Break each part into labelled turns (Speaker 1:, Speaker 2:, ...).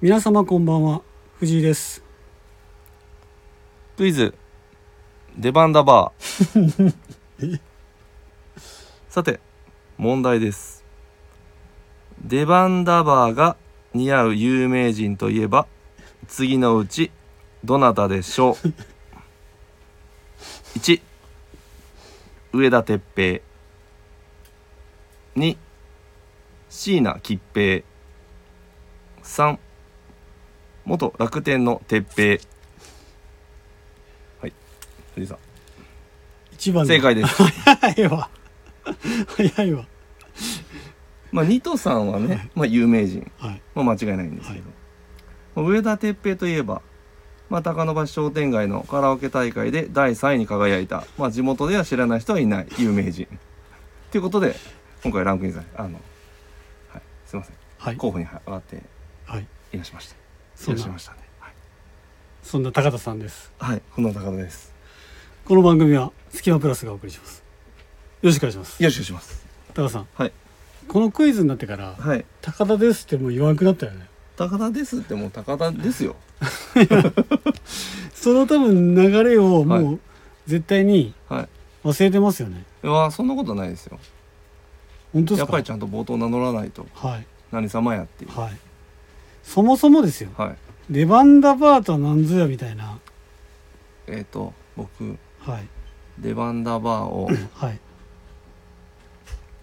Speaker 1: 皆様こんばんは藤井です
Speaker 2: クイズ出番だバーさて問題です出番だバーが似合う有名人といえば次のうちどなたでしょう1上田哲平2椎名桔平3元楽天の哲平はい藤井さん
Speaker 1: 一番の
Speaker 2: 正解です
Speaker 1: 早いわ早いわ
Speaker 2: まあ、ニトさんはね、まあ、有名人、
Speaker 1: はい
Speaker 2: まあ、間違いないんですけど、まあ上田哲平といえば、まあ、高野橋商店街のカラオケ大会で第3位に輝いた、まあ、地元では知らない人はいない有名人ということで今回ランクインされあの、はい、すいません
Speaker 1: はい
Speaker 2: 候補に上がって
Speaker 1: はい
Speaker 2: いらっしゃいました
Speaker 1: そ
Speaker 2: いう
Speaker 1: な
Speaker 2: らっしゃいましたねはい、
Speaker 1: そんな高田さんです
Speaker 2: はい、この高田です
Speaker 1: この番組はスキマプラスがお送りしますよろしくお願いします
Speaker 2: よろしくお願いします
Speaker 1: 高田さん
Speaker 2: はい
Speaker 1: このクイズになってから
Speaker 2: はい
Speaker 1: 「高田です」ってもう言わなくなったよね
Speaker 2: 高田ですってもう高田ですよ
Speaker 1: その多分流れをも
Speaker 2: は
Speaker 1: う絶対に
Speaker 2: はい
Speaker 1: 忘れてますよね
Speaker 2: うわそんなことないですよ
Speaker 1: 本当です
Speaker 2: やっ
Speaker 1: か
Speaker 2: ぱりちゃんと冒頭名乗らないと
Speaker 1: はい
Speaker 2: 何様やっていう
Speaker 1: はいそもそもですよ
Speaker 2: はい
Speaker 1: レバンダバーとは何ぞやみたいな
Speaker 2: えっ、と僕
Speaker 1: はい
Speaker 2: レバンダバーを
Speaker 1: はい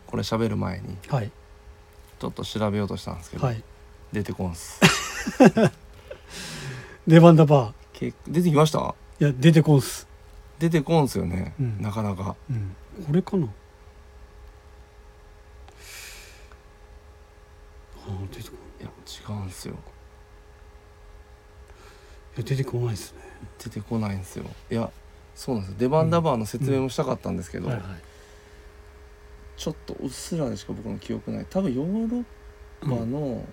Speaker 2: これ喋る前に
Speaker 1: はい
Speaker 2: ちょっと調べようとしたんですけど、
Speaker 1: はい
Speaker 2: 出てこんっす
Speaker 1: レバンダバ
Speaker 2: 結出てきました
Speaker 1: ーいや出てこんっす、
Speaker 2: 出てこんっすよね、
Speaker 1: うん
Speaker 2: なかなか
Speaker 1: うん、これかなあー出てこ
Speaker 2: いや違うんすよ
Speaker 1: いや出てこないですね
Speaker 2: 出てこないんすよいやそうなんですよレバンダバーの説明もしたかったんですけど、
Speaker 1: はいはい
Speaker 2: ちょっとうっすらでしか僕の記憶ない多分ヨーロッパの、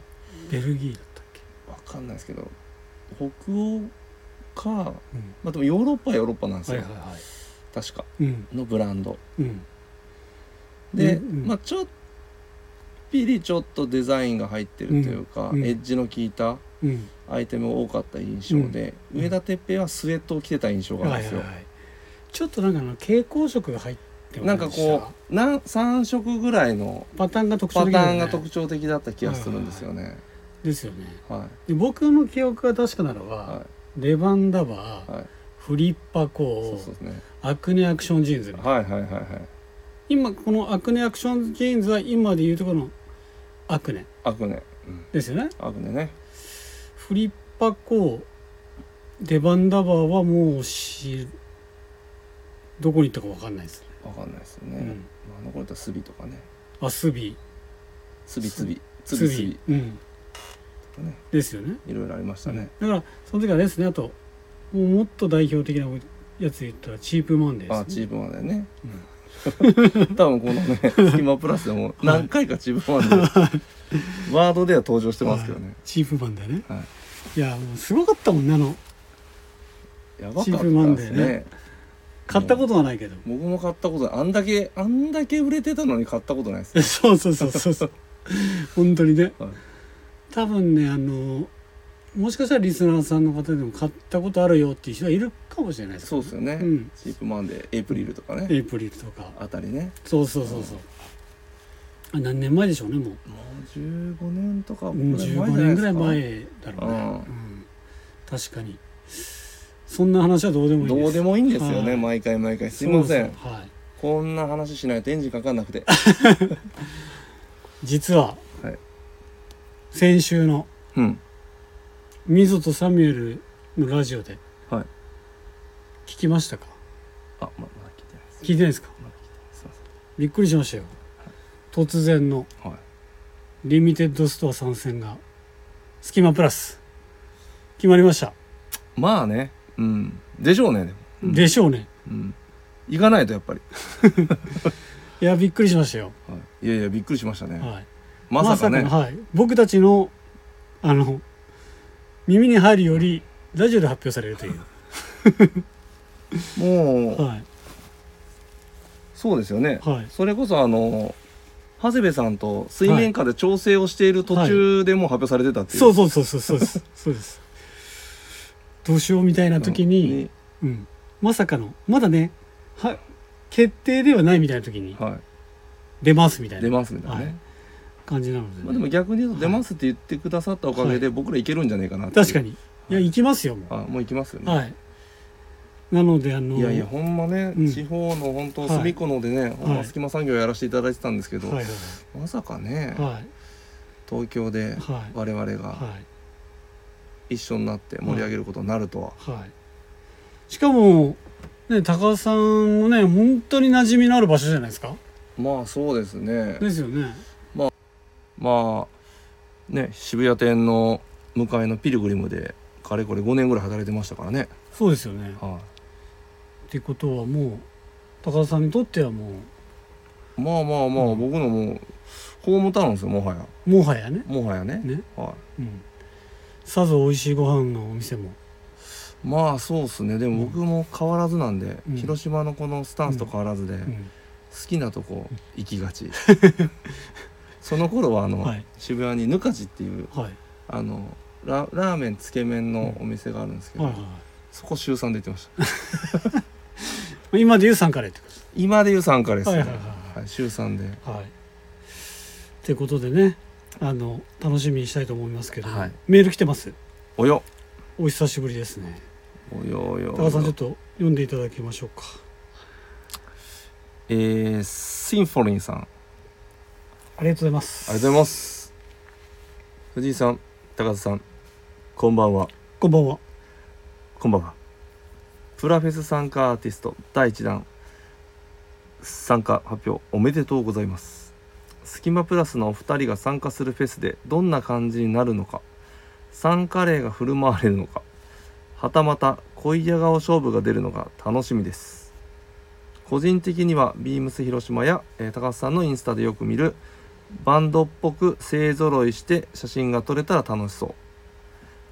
Speaker 1: ベルギーだったっけ、
Speaker 2: わかんないですけど北欧か
Speaker 1: うん、
Speaker 2: まあでもヨーロッパはヨーロッパなんです
Speaker 1: はい
Speaker 2: よ、
Speaker 1: はいは
Speaker 2: 確か
Speaker 1: いうん
Speaker 2: のブランド
Speaker 1: うん
Speaker 2: で、
Speaker 1: うんうん
Speaker 2: まあちょっぴりちょっとデザインが入ってるというか、
Speaker 1: うんうん
Speaker 2: エッジの効いた
Speaker 1: うん
Speaker 2: アイテムが多かった印象で、
Speaker 1: うん
Speaker 2: 上田哲平はスウェットを着てた印象があるんですよ、
Speaker 1: いちょっとなんかあの蛍光色が入ってませ
Speaker 2: なん
Speaker 1: で
Speaker 2: か
Speaker 1: した
Speaker 2: こうなん3色ぐらいの
Speaker 1: パターンが特徴
Speaker 2: パタ
Speaker 1: 的だよ
Speaker 2: ーン
Speaker 1: ね
Speaker 2: が特徴的だった気がするんですよね
Speaker 1: ですよね
Speaker 2: は
Speaker 1: で僕の記憶が確かなの
Speaker 2: い
Speaker 1: は、
Speaker 2: は
Speaker 1: レバンダバー、
Speaker 2: いはい
Speaker 1: フリッパ
Speaker 2: そう
Speaker 1: コ
Speaker 2: そうですね
Speaker 1: ーアクネアクションジーンズみたいな
Speaker 2: はいはいはいはい
Speaker 1: 今このアクネアクションジーンズは今でいうところのアクネ
Speaker 2: アクネ、うん、
Speaker 1: ですよね
Speaker 2: アクネね
Speaker 1: フリッパコーレバンダバーはもうしどこに行ったかわかんないですね、
Speaker 2: わかんないですよね、
Speaker 1: うん
Speaker 2: まあ、残れたスビとかね
Speaker 1: あスビ
Speaker 2: スビスビス
Speaker 1: ツ
Speaker 2: ビスビ
Speaker 1: ビうん
Speaker 2: とかね
Speaker 1: ですよね
Speaker 2: いろいろありましたね、
Speaker 1: だからその時はあれですねあともうもっと代表的なやつ言ったらチープマンデーです
Speaker 2: あ
Speaker 1: ね
Speaker 2: チームまでね、 多分このね「スキマプラス」でも何回かチームまで、ワードでは登場してますけどね、
Speaker 1: チープマンだよね、、
Speaker 2: はい
Speaker 1: やもうすごかったもんねあの
Speaker 2: やばかっ
Speaker 1: チー
Speaker 2: た
Speaker 1: プマン
Speaker 2: で
Speaker 1: デー
Speaker 2: す
Speaker 1: ね
Speaker 2: ね
Speaker 1: 買ったことはないけど、
Speaker 2: 僕も買ったことないあんだけあんだけ売れてたのに買ったことないです、
Speaker 1: そうそうそうそうそう本当にね
Speaker 2: はい
Speaker 1: 多分ねあのもしかしたらリスナーさんの方でも買ったことあるよっていう人はいるかもしれないです
Speaker 2: そうですよね、
Speaker 1: うん
Speaker 2: チープマンデーエイプリルとかね
Speaker 1: エイプリルとか
Speaker 2: あたりね
Speaker 1: そうそうそうそう、あ何年前でしょうねもう
Speaker 2: もう15年とか
Speaker 1: うん15年ぐらい前だろうね、
Speaker 2: うん
Speaker 1: うん確かにそんな話はどうでもいい
Speaker 2: ど
Speaker 1: で
Speaker 2: う
Speaker 1: す
Speaker 2: でもいいんですよね、
Speaker 1: はい
Speaker 2: 毎回毎回すいません
Speaker 1: そうそうはい、
Speaker 2: こんな話しないとエンジンかかんなくて
Speaker 1: 実は
Speaker 2: はい
Speaker 1: 先週の
Speaker 2: うん
Speaker 1: ミゾとサミュエルのラジオで
Speaker 2: はい
Speaker 1: 聞きましたか
Speaker 2: あままだ聞いてないです
Speaker 1: 聞いてないですか
Speaker 2: まだ聞いてないすいませ
Speaker 1: びっくりしましたよ突然の
Speaker 2: んはい
Speaker 1: リミテッドストア参戦がスキマプラス決まりました、
Speaker 2: まあね、うん、でしょうねでも、うん
Speaker 1: でしょうね
Speaker 2: うん、行かないとやっぱり、
Speaker 1: いやびっくりしましたよ、
Speaker 2: はい、いやいやびっくりしましたね、
Speaker 1: はい、
Speaker 2: まさかね、
Speaker 1: まのはい、僕たちのあの耳に入るよりラジオで発表されると いう、
Speaker 2: もう、
Speaker 1: はい
Speaker 2: そうですよね、
Speaker 1: はい、
Speaker 2: それこそあの長谷部さんと水面下で調整をしている途中でもう発表されてたっていう、
Speaker 1: そうそうそうそうそうですそうですどうしようみたいな時に、
Speaker 2: ね
Speaker 1: うん、まさかのまだねは決定ではないみたいな時に
Speaker 2: は
Speaker 1: 出ますみた
Speaker 2: い、
Speaker 1: い
Speaker 2: 出
Speaker 1: な
Speaker 2: ますみたいなね、
Speaker 1: はい感じなので,、
Speaker 2: まあ、でも逆に言うと出ますって言ってくださったおかげで僕らいけるんじゃないかなっていう
Speaker 1: 確かにいや行きますよも
Speaker 2: あもういきますよ
Speaker 1: う
Speaker 2: ね、
Speaker 1: はいなのであの
Speaker 2: いやいやほんまね、
Speaker 1: うん
Speaker 2: 地方の本当
Speaker 1: はい
Speaker 2: 隅っこの方でね、ほんま隙間産業やらせていただいてたんですけど、
Speaker 1: はいはい
Speaker 2: まさかね、
Speaker 1: はい
Speaker 2: 東京
Speaker 1: は
Speaker 2: で
Speaker 1: い
Speaker 2: 我々が
Speaker 1: はい
Speaker 2: 一緒になって盛り上げることになるとは、
Speaker 1: はいしかもね高尾さんもね本当に馴染みのある場所じゃないですか
Speaker 2: まあそうですね
Speaker 1: ですよね
Speaker 2: まあね渋谷店の向かいのピルグリムでかれこれ5年ぐらい働いてましたからね、
Speaker 1: そうですよね
Speaker 2: は
Speaker 1: ってことはもう高田さんにとってはも
Speaker 2: い、まあまあまあ、
Speaker 1: うん
Speaker 2: 僕のもうホームタウンですよもはや
Speaker 1: うもはやね
Speaker 2: もはやね
Speaker 1: ね、
Speaker 2: は
Speaker 1: うん、さぞ美味しいご飯のお店も
Speaker 2: い、まあそうですねでも僕も変わらずなんで、
Speaker 1: うん
Speaker 2: 広島のこのスタンスと変わらずで、
Speaker 1: う
Speaker 2: 好
Speaker 1: ん
Speaker 2: きなとこ行きがち その頃はあの、
Speaker 1: はい
Speaker 2: 渋谷にぬかじっていう
Speaker 1: はい
Speaker 2: あのララーメンつけ麺のお店があるんですけど、
Speaker 1: はいはいは
Speaker 2: そこ週3で行ってました
Speaker 1: い今でいう3カレーってこ
Speaker 2: 今でいう参加ですね、
Speaker 1: はいはいはい
Speaker 2: はい週3で
Speaker 1: とはいってことでねあの楽しみにしたいと思いますけど、
Speaker 2: はい
Speaker 1: メール来てます
Speaker 2: およ
Speaker 1: お久しぶりですね
Speaker 2: およおよ
Speaker 1: 高田さんちょっと読んでいただきましょうか
Speaker 2: えー、シンフォニーさんあ
Speaker 1: ありがとうございます
Speaker 2: りがとうございます藤井さん高田さんこんばんは
Speaker 1: こんばんは
Speaker 2: こんばんはプラフェス参加アーティスト第1弾参加発表おめでとうございますスキマプラスのお二人が参加するフェスでどんな感じになるのか参加例が振る舞われるのかはたまた恋や顔勝負が出るのが楽しみです個人的にはビームス広島や、えー高須さんのインスタでよく見るバンドっぽく勢ぞろいして写真が撮れたら楽しそ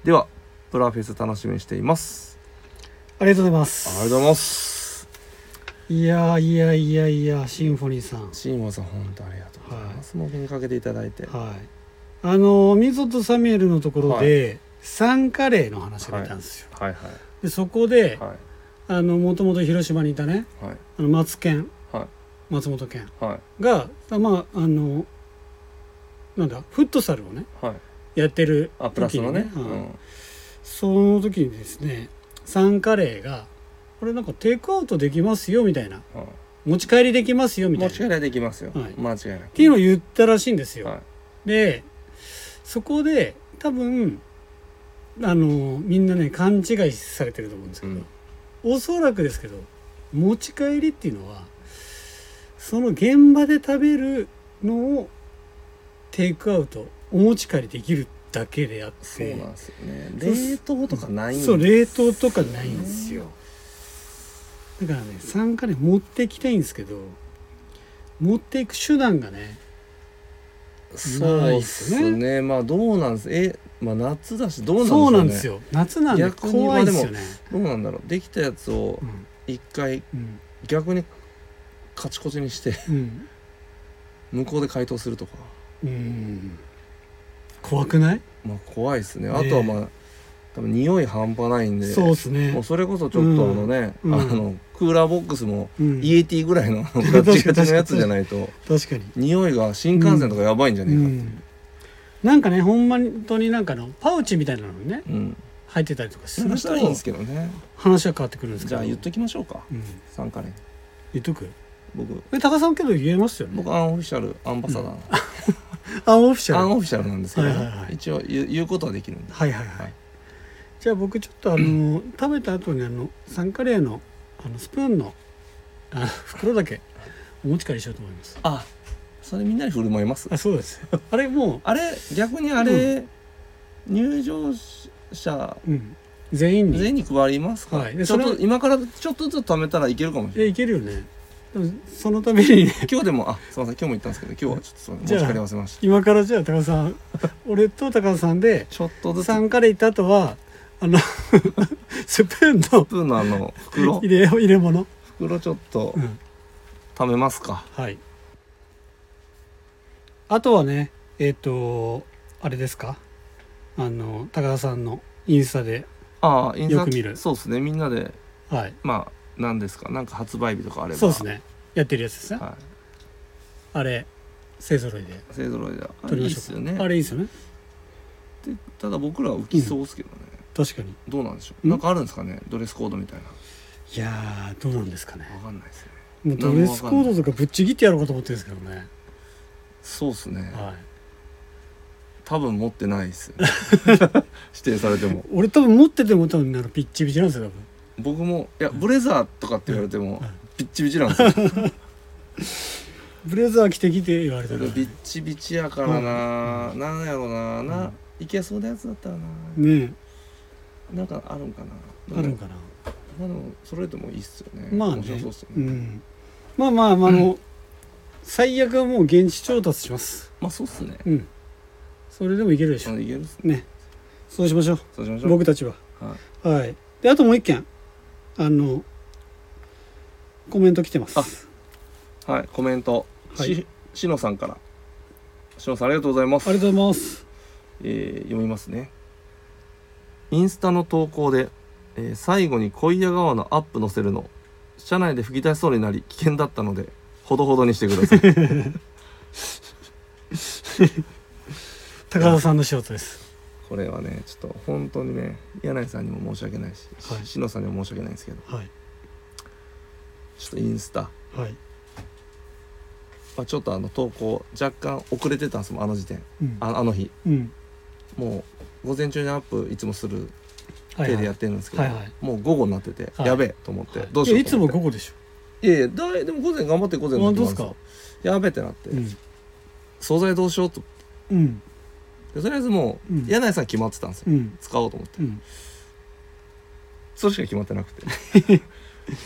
Speaker 2: うではプラフェス楽しみにしています
Speaker 1: ありがとうございま
Speaker 2: あ
Speaker 1: す
Speaker 2: りがとうございます
Speaker 1: いやいやいやいやシンフォニーさん
Speaker 2: シーモンさん本当ありがとうございます、もう気にかけていただいて
Speaker 1: はいあのミゾとサミュエルのところで、サンカレーの話が出たんですよ、
Speaker 2: はいはい
Speaker 1: でそこで、
Speaker 2: は
Speaker 1: あのもともと広島にいたね
Speaker 2: いはい
Speaker 1: あの松健
Speaker 2: はい
Speaker 1: 松本健
Speaker 2: はい
Speaker 1: がまああのなんだフットサルをね
Speaker 2: はい
Speaker 1: やってる
Speaker 2: あプラスのね
Speaker 1: 時に
Speaker 2: う
Speaker 1: はい
Speaker 2: ん
Speaker 1: その時にですねサンカレーがこれなんかテイクアウトできますよみたいな
Speaker 2: は
Speaker 1: 持ち帰りできますよ
Speaker 2: い
Speaker 1: みた
Speaker 2: 持
Speaker 1: いな
Speaker 2: ち
Speaker 1: っ
Speaker 2: 帰りはできますよ、
Speaker 1: はい
Speaker 2: 間違いなく
Speaker 1: ていうのを言ったらしいんですよ、
Speaker 2: はい
Speaker 1: でそこで多分あのみんなね勘違いされてると思うんですけど、
Speaker 2: うん
Speaker 1: おそらくですけど持ち帰りっていうのはその現場で食べるのをテイクアウトお持ち帰りできるだけであって
Speaker 2: そうなんですよね
Speaker 1: そうっす
Speaker 2: 冷凍とかないん
Speaker 1: そう
Speaker 2: です
Speaker 1: 冷凍とかないんですよだからね参加で持ってきたいんですけど持っていく手段がね
Speaker 2: そうっす
Speaker 1: ない
Speaker 2: ね
Speaker 1: っす
Speaker 2: まあどうなんですえまあ夏だしどうなんですかね
Speaker 1: そうなんですよ夏なんで
Speaker 2: 逆に
Speaker 1: 怖いですよね、
Speaker 2: どうなんだろうできたやつを
Speaker 1: うん
Speaker 2: 一回
Speaker 1: うん
Speaker 2: 逆にカチコチにして
Speaker 1: うん
Speaker 2: 向こうで解凍するとか
Speaker 1: うん怖くない
Speaker 2: まあ怖いですね
Speaker 1: ね
Speaker 2: あとはまあ多分匂い半端ないんで
Speaker 1: そうです
Speaker 2: もう
Speaker 1: ね、
Speaker 2: それこそちょっとあのね、
Speaker 1: うんうん
Speaker 2: あのクーラーボックスも
Speaker 1: うん、
Speaker 2: イエティぐらいの ガ
Speaker 1: かに
Speaker 2: ッチガチのやつじゃないと
Speaker 1: 確かに、
Speaker 2: 匂いが新幹線とかやばいんじゃ
Speaker 1: う
Speaker 2: ねえかってい
Speaker 1: ん、なんかねほんまに本当になんかのパウチみたいなのにね
Speaker 2: う、うん、
Speaker 1: 入ってたりとかす
Speaker 2: そ
Speaker 1: る
Speaker 2: うした
Speaker 1: と
Speaker 2: らいいんですけどね
Speaker 1: 話は変わってくるんですけ
Speaker 2: じ
Speaker 1: ど
Speaker 2: ゃあ言っときましょうか
Speaker 1: うん、
Speaker 2: 参加ね
Speaker 1: 言っとく
Speaker 2: 僕
Speaker 1: え高さんけど言えますよね
Speaker 2: 僕アンオフィシャルアンバサダー、
Speaker 1: あオフィシャル
Speaker 2: アン
Speaker 1: は
Speaker 2: オフィシャルなんですけど、
Speaker 1: はいはいはい
Speaker 2: 一応言う言うことはできるんで
Speaker 1: いはいは
Speaker 2: はいい
Speaker 1: じゃあ僕ちょっとあの食べた後にあのサンカレーのあのスプーンの あ袋だけお持ち帰りしようと思います
Speaker 2: あそれみんなに振る舞います
Speaker 1: あそうですあれも
Speaker 2: あれ逆にあれ、入場者
Speaker 1: う、うん、全員に
Speaker 2: 全員に配りますか、
Speaker 1: はいで
Speaker 2: ちょっ
Speaker 1: そ
Speaker 2: と
Speaker 1: れを
Speaker 2: 今からちょっとずつ貯めたらいけるかもしれない
Speaker 1: えいけるよねでもそのためにね
Speaker 2: 今日でもあすいません今日も言ったんですけど今日はちょっとすいま
Speaker 1: じ
Speaker 2: せ
Speaker 1: ゃ
Speaker 2: ん
Speaker 1: あ
Speaker 2: 持ち帰り忘れました
Speaker 1: 今からじゃあ高田さん俺と高田さんで
Speaker 2: ちょっとずつ
Speaker 1: さ
Speaker 2: ス
Speaker 1: んから行った後はあの スプーンの
Speaker 2: プーンのあの 袋
Speaker 1: 入れ入れ物、
Speaker 2: 袋ちょっと
Speaker 1: うん、
Speaker 2: 貯めますか
Speaker 1: はいあとはねえっ、とあれですかあの高田さんのインスタで
Speaker 2: ああ印刷
Speaker 1: よく見る
Speaker 2: そうですねみんなで
Speaker 1: はい
Speaker 2: まあ何ですかなんか発売日とかあれば
Speaker 1: そうですねやってるやつですね
Speaker 2: は
Speaker 1: あれ勢ぞろいで
Speaker 2: い勢ぞろいであ
Speaker 1: 撮
Speaker 2: れい
Speaker 1: りま
Speaker 2: いっ
Speaker 1: しょ
Speaker 2: す
Speaker 1: う
Speaker 2: よ
Speaker 1: か
Speaker 2: ね
Speaker 1: あれいいですよね
Speaker 2: でただ僕らは浮きそうっすけどね、
Speaker 1: 確かに
Speaker 2: どうなんでしょ
Speaker 1: う
Speaker 2: うんなんかあるんですかねドレスコードみたいない
Speaker 1: やーどうなんですかね
Speaker 2: わかんないですね
Speaker 1: もうドレスコードとかぶっちぎってやろうかと思ってるんですけどね
Speaker 2: そうっすね
Speaker 1: はい
Speaker 2: 多分持ってない っす指定されても
Speaker 1: 俺多分持ってても多分なんかピッチピチなんですよ多分
Speaker 2: 僕もいやブレザーとかって言われても
Speaker 1: うん
Speaker 2: ビッチビチな んですよ
Speaker 1: ブレザー着てきて言われた
Speaker 2: そ
Speaker 1: ら
Speaker 2: れ
Speaker 1: ね
Speaker 2: ビッチビチやからな、なんやろな、な、いけそうなやつだったらな、
Speaker 1: え
Speaker 2: なんかあるんかな
Speaker 1: あるんかな
Speaker 2: まあでも揃えてもいいっすよね
Speaker 1: まあ
Speaker 2: 面
Speaker 1: ね
Speaker 2: 白そうっすよ
Speaker 1: う
Speaker 2: ね、
Speaker 1: んまあまあまああの、最悪はもう現地調達します
Speaker 2: まあそうっすね
Speaker 1: うんそれでもいけるでし
Speaker 2: あ
Speaker 1: ょ
Speaker 2: いけるっすね
Speaker 1: ねそうしましょう
Speaker 2: そうしましょう
Speaker 1: 僕たちは
Speaker 2: はい
Speaker 1: はいであともう一件あのコメント来てます
Speaker 2: あはいコメント、
Speaker 1: はい
Speaker 2: ししのさんからしのさんありがとうございます
Speaker 1: ありがとうございます
Speaker 2: えー読みますねインスタの投稿で、えー最後に小屋川のアップ載せるの車内で吹き出しそうになり危険だったのでほどほどにしてくださ い
Speaker 1: 高田さんの仕事です
Speaker 2: これはねちょっと本当にね柳井さんにも申し訳ないし、
Speaker 1: はい
Speaker 2: 篠さんにも申し訳ないんですけど
Speaker 1: はい
Speaker 2: ちょっとインスタ、
Speaker 1: はい、
Speaker 2: まあ、ちょっとあの投稿若干遅れてたんですもんあの時点
Speaker 1: うん
Speaker 2: ああの日
Speaker 1: うん
Speaker 2: もう午前中にアップいつもする
Speaker 1: はい
Speaker 2: 手
Speaker 1: は
Speaker 2: で
Speaker 1: い
Speaker 2: やってるんですけど、
Speaker 1: はいはい
Speaker 2: もう午後になってて、
Speaker 1: はい
Speaker 2: やべえと思って、
Speaker 1: はい
Speaker 2: どうしよ
Speaker 1: いうやいつも午
Speaker 2: 後
Speaker 1: 後でしょ
Speaker 2: いやいやだいでも午前頑張って午前の
Speaker 1: 本
Speaker 2: 時
Speaker 1: 当です
Speaker 2: もあるんですよ
Speaker 1: か
Speaker 2: やべえってなって、
Speaker 1: うん
Speaker 2: 惣菜どうしようと
Speaker 1: うん
Speaker 2: でとりあえずもう、
Speaker 1: うん
Speaker 2: 柳井さん決まってたんですよ、
Speaker 1: うん
Speaker 2: 使おうと思って
Speaker 1: うん
Speaker 2: それしか決まってなくて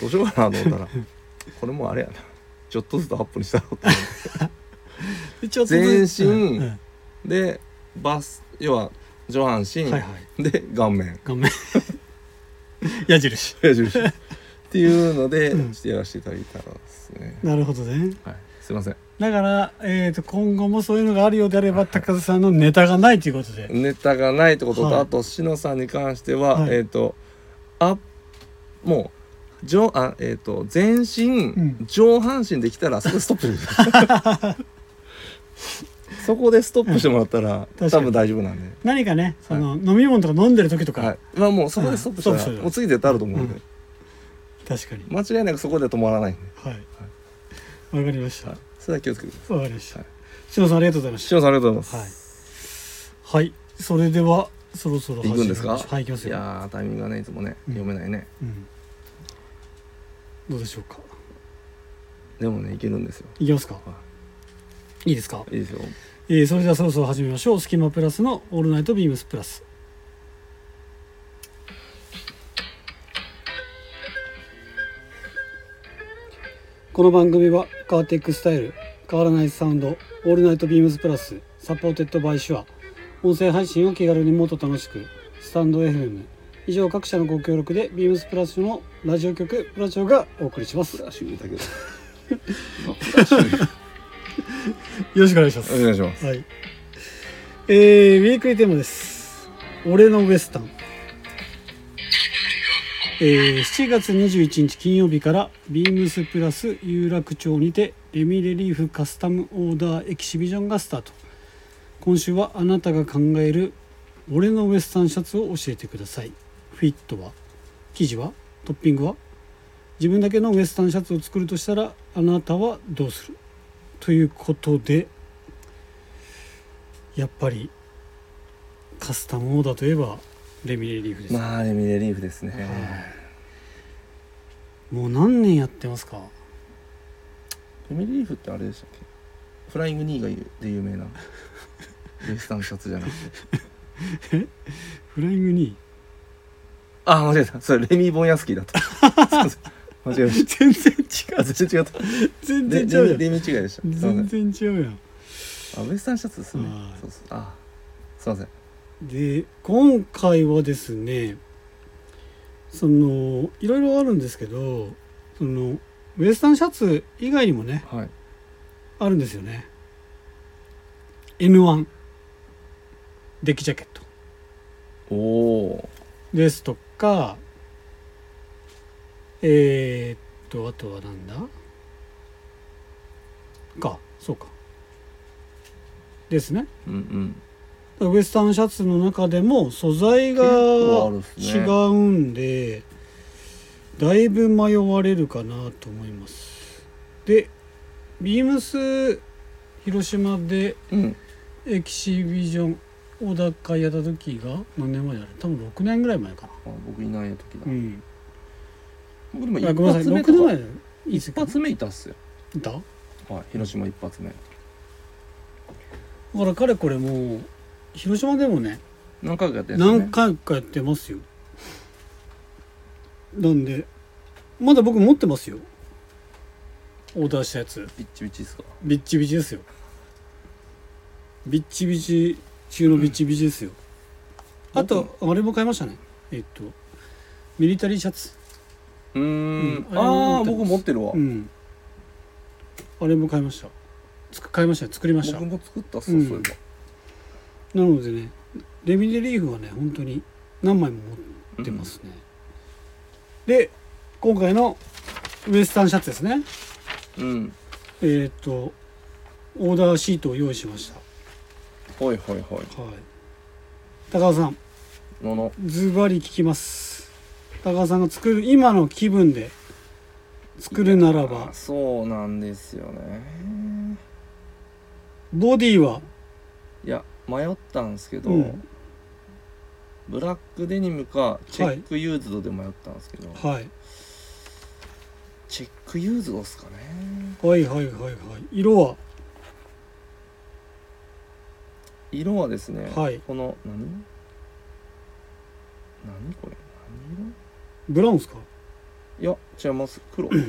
Speaker 2: どうしようかなと思ったらこれもうあれやなちょっとずつアップにしたろうと思って
Speaker 1: でちょっと
Speaker 2: 全
Speaker 1: ずつ
Speaker 2: 身
Speaker 1: うんうん
Speaker 2: でバス要は上半身、
Speaker 1: はいはい
Speaker 2: で顔面
Speaker 1: 顔面矢印
Speaker 2: 矢印っていうので、
Speaker 1: うん
Speaker 2: してやらせていただいたらですね、
Speaker 1: なるほどね
Speaker 2: はい、すいません
Speaker 1: だから、えー、と今後もそういうのがあるようであれば高田さんのネタがないということで
Speaker 2: ネタがないってことと、
Speaker 1: はい
Speaker 2: あとしのさんに関しては、
Speaker 1: はい
Speaker 2: えっ、とあもう上あえっ、と全身、
Speaker 1: うん
Speaker 2: 上半身できたらそこでストップしてくだ さいそこでストップしてもらったら、
Speaker 1: 確か
Speaker 2: 多
Speaker 1: に
Speaker 2: 分大丈夫なんで、
Speaker 1: 何かねその、飲み物とか飲んでる時とか、
Speaker 2: はい、まあもうそこでストップした
Speaker 1: うんストップす
Speaker 2: ら、
Speaker 1: る
Speaker 2: もう次絶対あると思うんで、
Speaker 1: 確かに
Speaker 2: 間違いなくそこで止まらないんで、
Speaker 1: はいわ、かりました
Speaker 2: はい
Speaker 1: わ、
Speaker 2: それは気をつけてくださ
Speaker 1: かりました
Speaker 2: はい
Speaker 1: 志乃さんありがとうございま
Speaker 2: い
Speaker 1: し
Speaker 2: しのさんありがとうございます、
Speaker 1: たはいそれではそろそろ
Speaker 2: 行くんです
Speaker 1: 始
Speaker 2: か
Speaker 1: めましょうはい行きます
Speaker 2: い
Speaker 1: よ、
Speaker 2: やータイミングがねいつもね、
Speaker 1: うん
Speaker 2: 読めないね
Speaker 1: うん、どうでしょうか
Speaker 2: でもねいけるんですよ
Speaker 1: いきますか
Speaker 2: はい
Speaker 1: いですか
Speaker 2: いいですよ
Speaker 1: えーそれではそろそろ始めましょう「スキマプラス」の「オールナイトビームスプラス」この番組はカーテックスタイル変わらないサウンド「オールナイトビームスプラス」サポーテッドバイシュア音声配信を気軽にもっと楽しくスタンド FM 以上各社のご協力でビームスプラスのラジオ局プラチョがお送りします
Speaker 2: プ
Speaker 1: よ
Speaker 2: ラシューだけど プラシュー
Speaker 1: ろしくお願いします
Speaker 2: お願いします。
Speaker 1: はい。えー、ウィークリーテーマです。俺のウエスタン。えー、7月21日金曜日からビームスプラス有楽町にてレミレリーフカスタムオーダーエキシビジョンがスタート今週はあなたが考える俺のウエスタンシャツを教えてくださいフィットは生地はトッピングは自分だけのウエスタンシャツを作るとしたらあなたはどうするということでやっぱりカスタムオーダーといえばレミレリーフです、
Speaker 2: まあレミレリーフですね。
Speaker 1: もう何年やってますか
Speaker 2: レミレリーフってあれでしたっけ？フライングニーがで有名なウエスタンシャツじゃなくて。
Speaker 1: フライングに
Speaker 2: あ間違えた。それレミボンヤスキーだ った。すいません間違えまし
Speaker 1: 全然違
Speaker 2: た。あ全然違った。
Speaker 1: 全
Speaker 2: レ
Speaker 1: 然違う
Speaker 2: レ
Speaker 1: や
Speaker 2: ミ
Speaker 1: ん
Speaker 2: レミ違いでした。すいません
Speaker 1: 全。然違うやん
Speaker 2: あウエスタンシャツですね
Speaker 1: は。い
Speaker 2: そうそう。あすいません。
Speaker 1: で今回はですねそのいろいろあるんですけどそのウエスタンシャツ以外にもね
Speaker 2: はい。
Speaker 1: あるんですよね N1 デッキジャケット
Speaker 2: おお
Speaker 1: ですとかえー、っとあとはなんだかそうかですね
Speaker 2: うんうん
Speaker 1: だからウエスタンシャツの中でも素材が
Speaker 2: 結構あるっす
Speaker 1: 違
Speaker 2: ね
Speaker 1: うんでだいぶ迷われるかなと思いますでビームス広島で
Speaker 2: うん
Speaker 1: エキシビジョン小高やった時が何年前だろう多分6年ぐらい前かな
Speaker 2: あ僕いない時だ
Speaker 1: うん
Speaker 2: 僕でも
Speaker 1: あ
Speaker 2: 一
Speaker 1: ごめんなさい
Speaker 2: 発目
Speaker 1: 6年
Speaker 2: とか
Speaker 1: 前だよいいっす
Speaker 2: 一
Speaker 1: か
Speaker 2: 発目いたっすよ
Speaker 1: いただか
Speaker 2: はい広島一発目
Speaker 1: ら彼これもう広島でもね
Speaker 2: 何回かやってんすよね
Speaker 1: 何回かやってますよなんでまだ僕持ってますよオーダーしたやつ
Speaker 2: ビッチビチっすか
Speaker 1: ビッチビチですよビッチビチ中のビッチビチですよ、あとあれも買いましたねえっとミリタリーシャツ
Speaker 2: うーん
Speaker 1: うん
Speaker 2: あ
Speaker 1: あ
Speaker 2: あ
Speaker 1: れ
Speaker 2: 僕持ってるわ
Speaker 1: うんあれも買いましたつく買いましたね作りました
Speaker 2: 僕
Speaker 1: な
Speaker 2: も作ったっす
Speaker 1: う
Speaker 2: わ
Speaker 1: ん
Speaker 2: そうい
Speaker 1: のでねレミデリーフはね本当に何枚も持
Speaker 2: えば
Speaker 1: ってますね、で今回のウエスタンシャツですね
Speaker 2: うん
Speaker 1: えーっとオーダーシートを用意しました
Speaker 2: はいはいはい
Speaker 1: はい高尾さん
Speaker 2: のの
Speaker 1: ズバリ聞きます高尾さんが作る今の気分で作るなら
Speaker 2: あ
Speaker 1: ば
Speaker 2: そうなんですよね
Speaker 1: ボディはい
Speaker 2: や迷ったんですけど、
Speaker 1: うん
Speaker 2: ブラックデニムかチェックユーズドで迷ったんですけど、
Speaker 1: はい
Speaker 2: チェックユーズドっすかね
Speaker 1: はいはいはいはい色は
Speaker 2: 色はですね、
Speaker 1: はい
Speaker 2: この何何これ何
Speaker 1: ブラウンですか
Speaker 2: 色いや違います 黒黒あ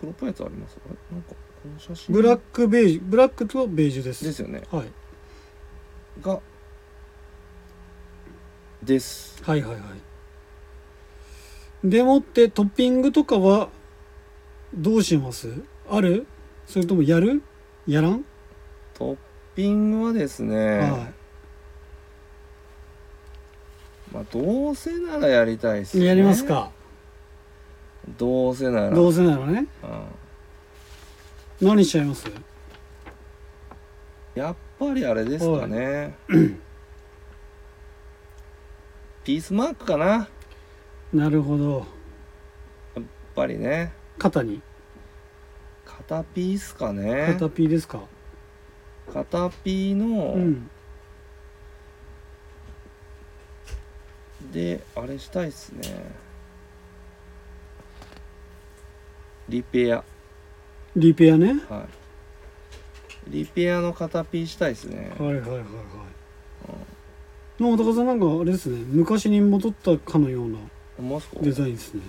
Speaker 2: 黒っぽいやつありますあれなんかこの写真
Speaker 1: ブラックベージュブラックとベージュです
Speaker 2: ですよね
Speaker 1: はい、
Speaker 2: がです
Speaker 1: はいはいはいでもってトッピングとかはどうしますあるそれともやるやらん、
Speaker 2: トッピングはですね、
Speaker 1: は
Speaker 2: まあどうせならやりたいっす
Speaker 1: い
Speaker 2: ね
Speaker 1: やりますか
Speaker 2: どうせなら
Speaker 1: どうせならね
Speaker 2: うん
Speaker 1: 何しちゃいます
Speaker 2: やっぱりあれですかねピースマークかなや
Speaker 1: なるほど
Speaker 2: っぱりね
Speaker 1: 肩に
Speaker 2: 肩ピースかね
Speaker 1: 肩ピーですか
Speaker 2: 肩ピーの、
Speaker 1: うん
Speaker 2: であれしたいっすねリペア
Speaker 1: リペアね
Speaker 2: はいリペアの肩ピーしたいっすね
Speaker 1: はいはいはいはいの高さんなんかあれですね昔に戻ったかのような
Speaker 2: 思うっすか
Speaker 1: デザインですね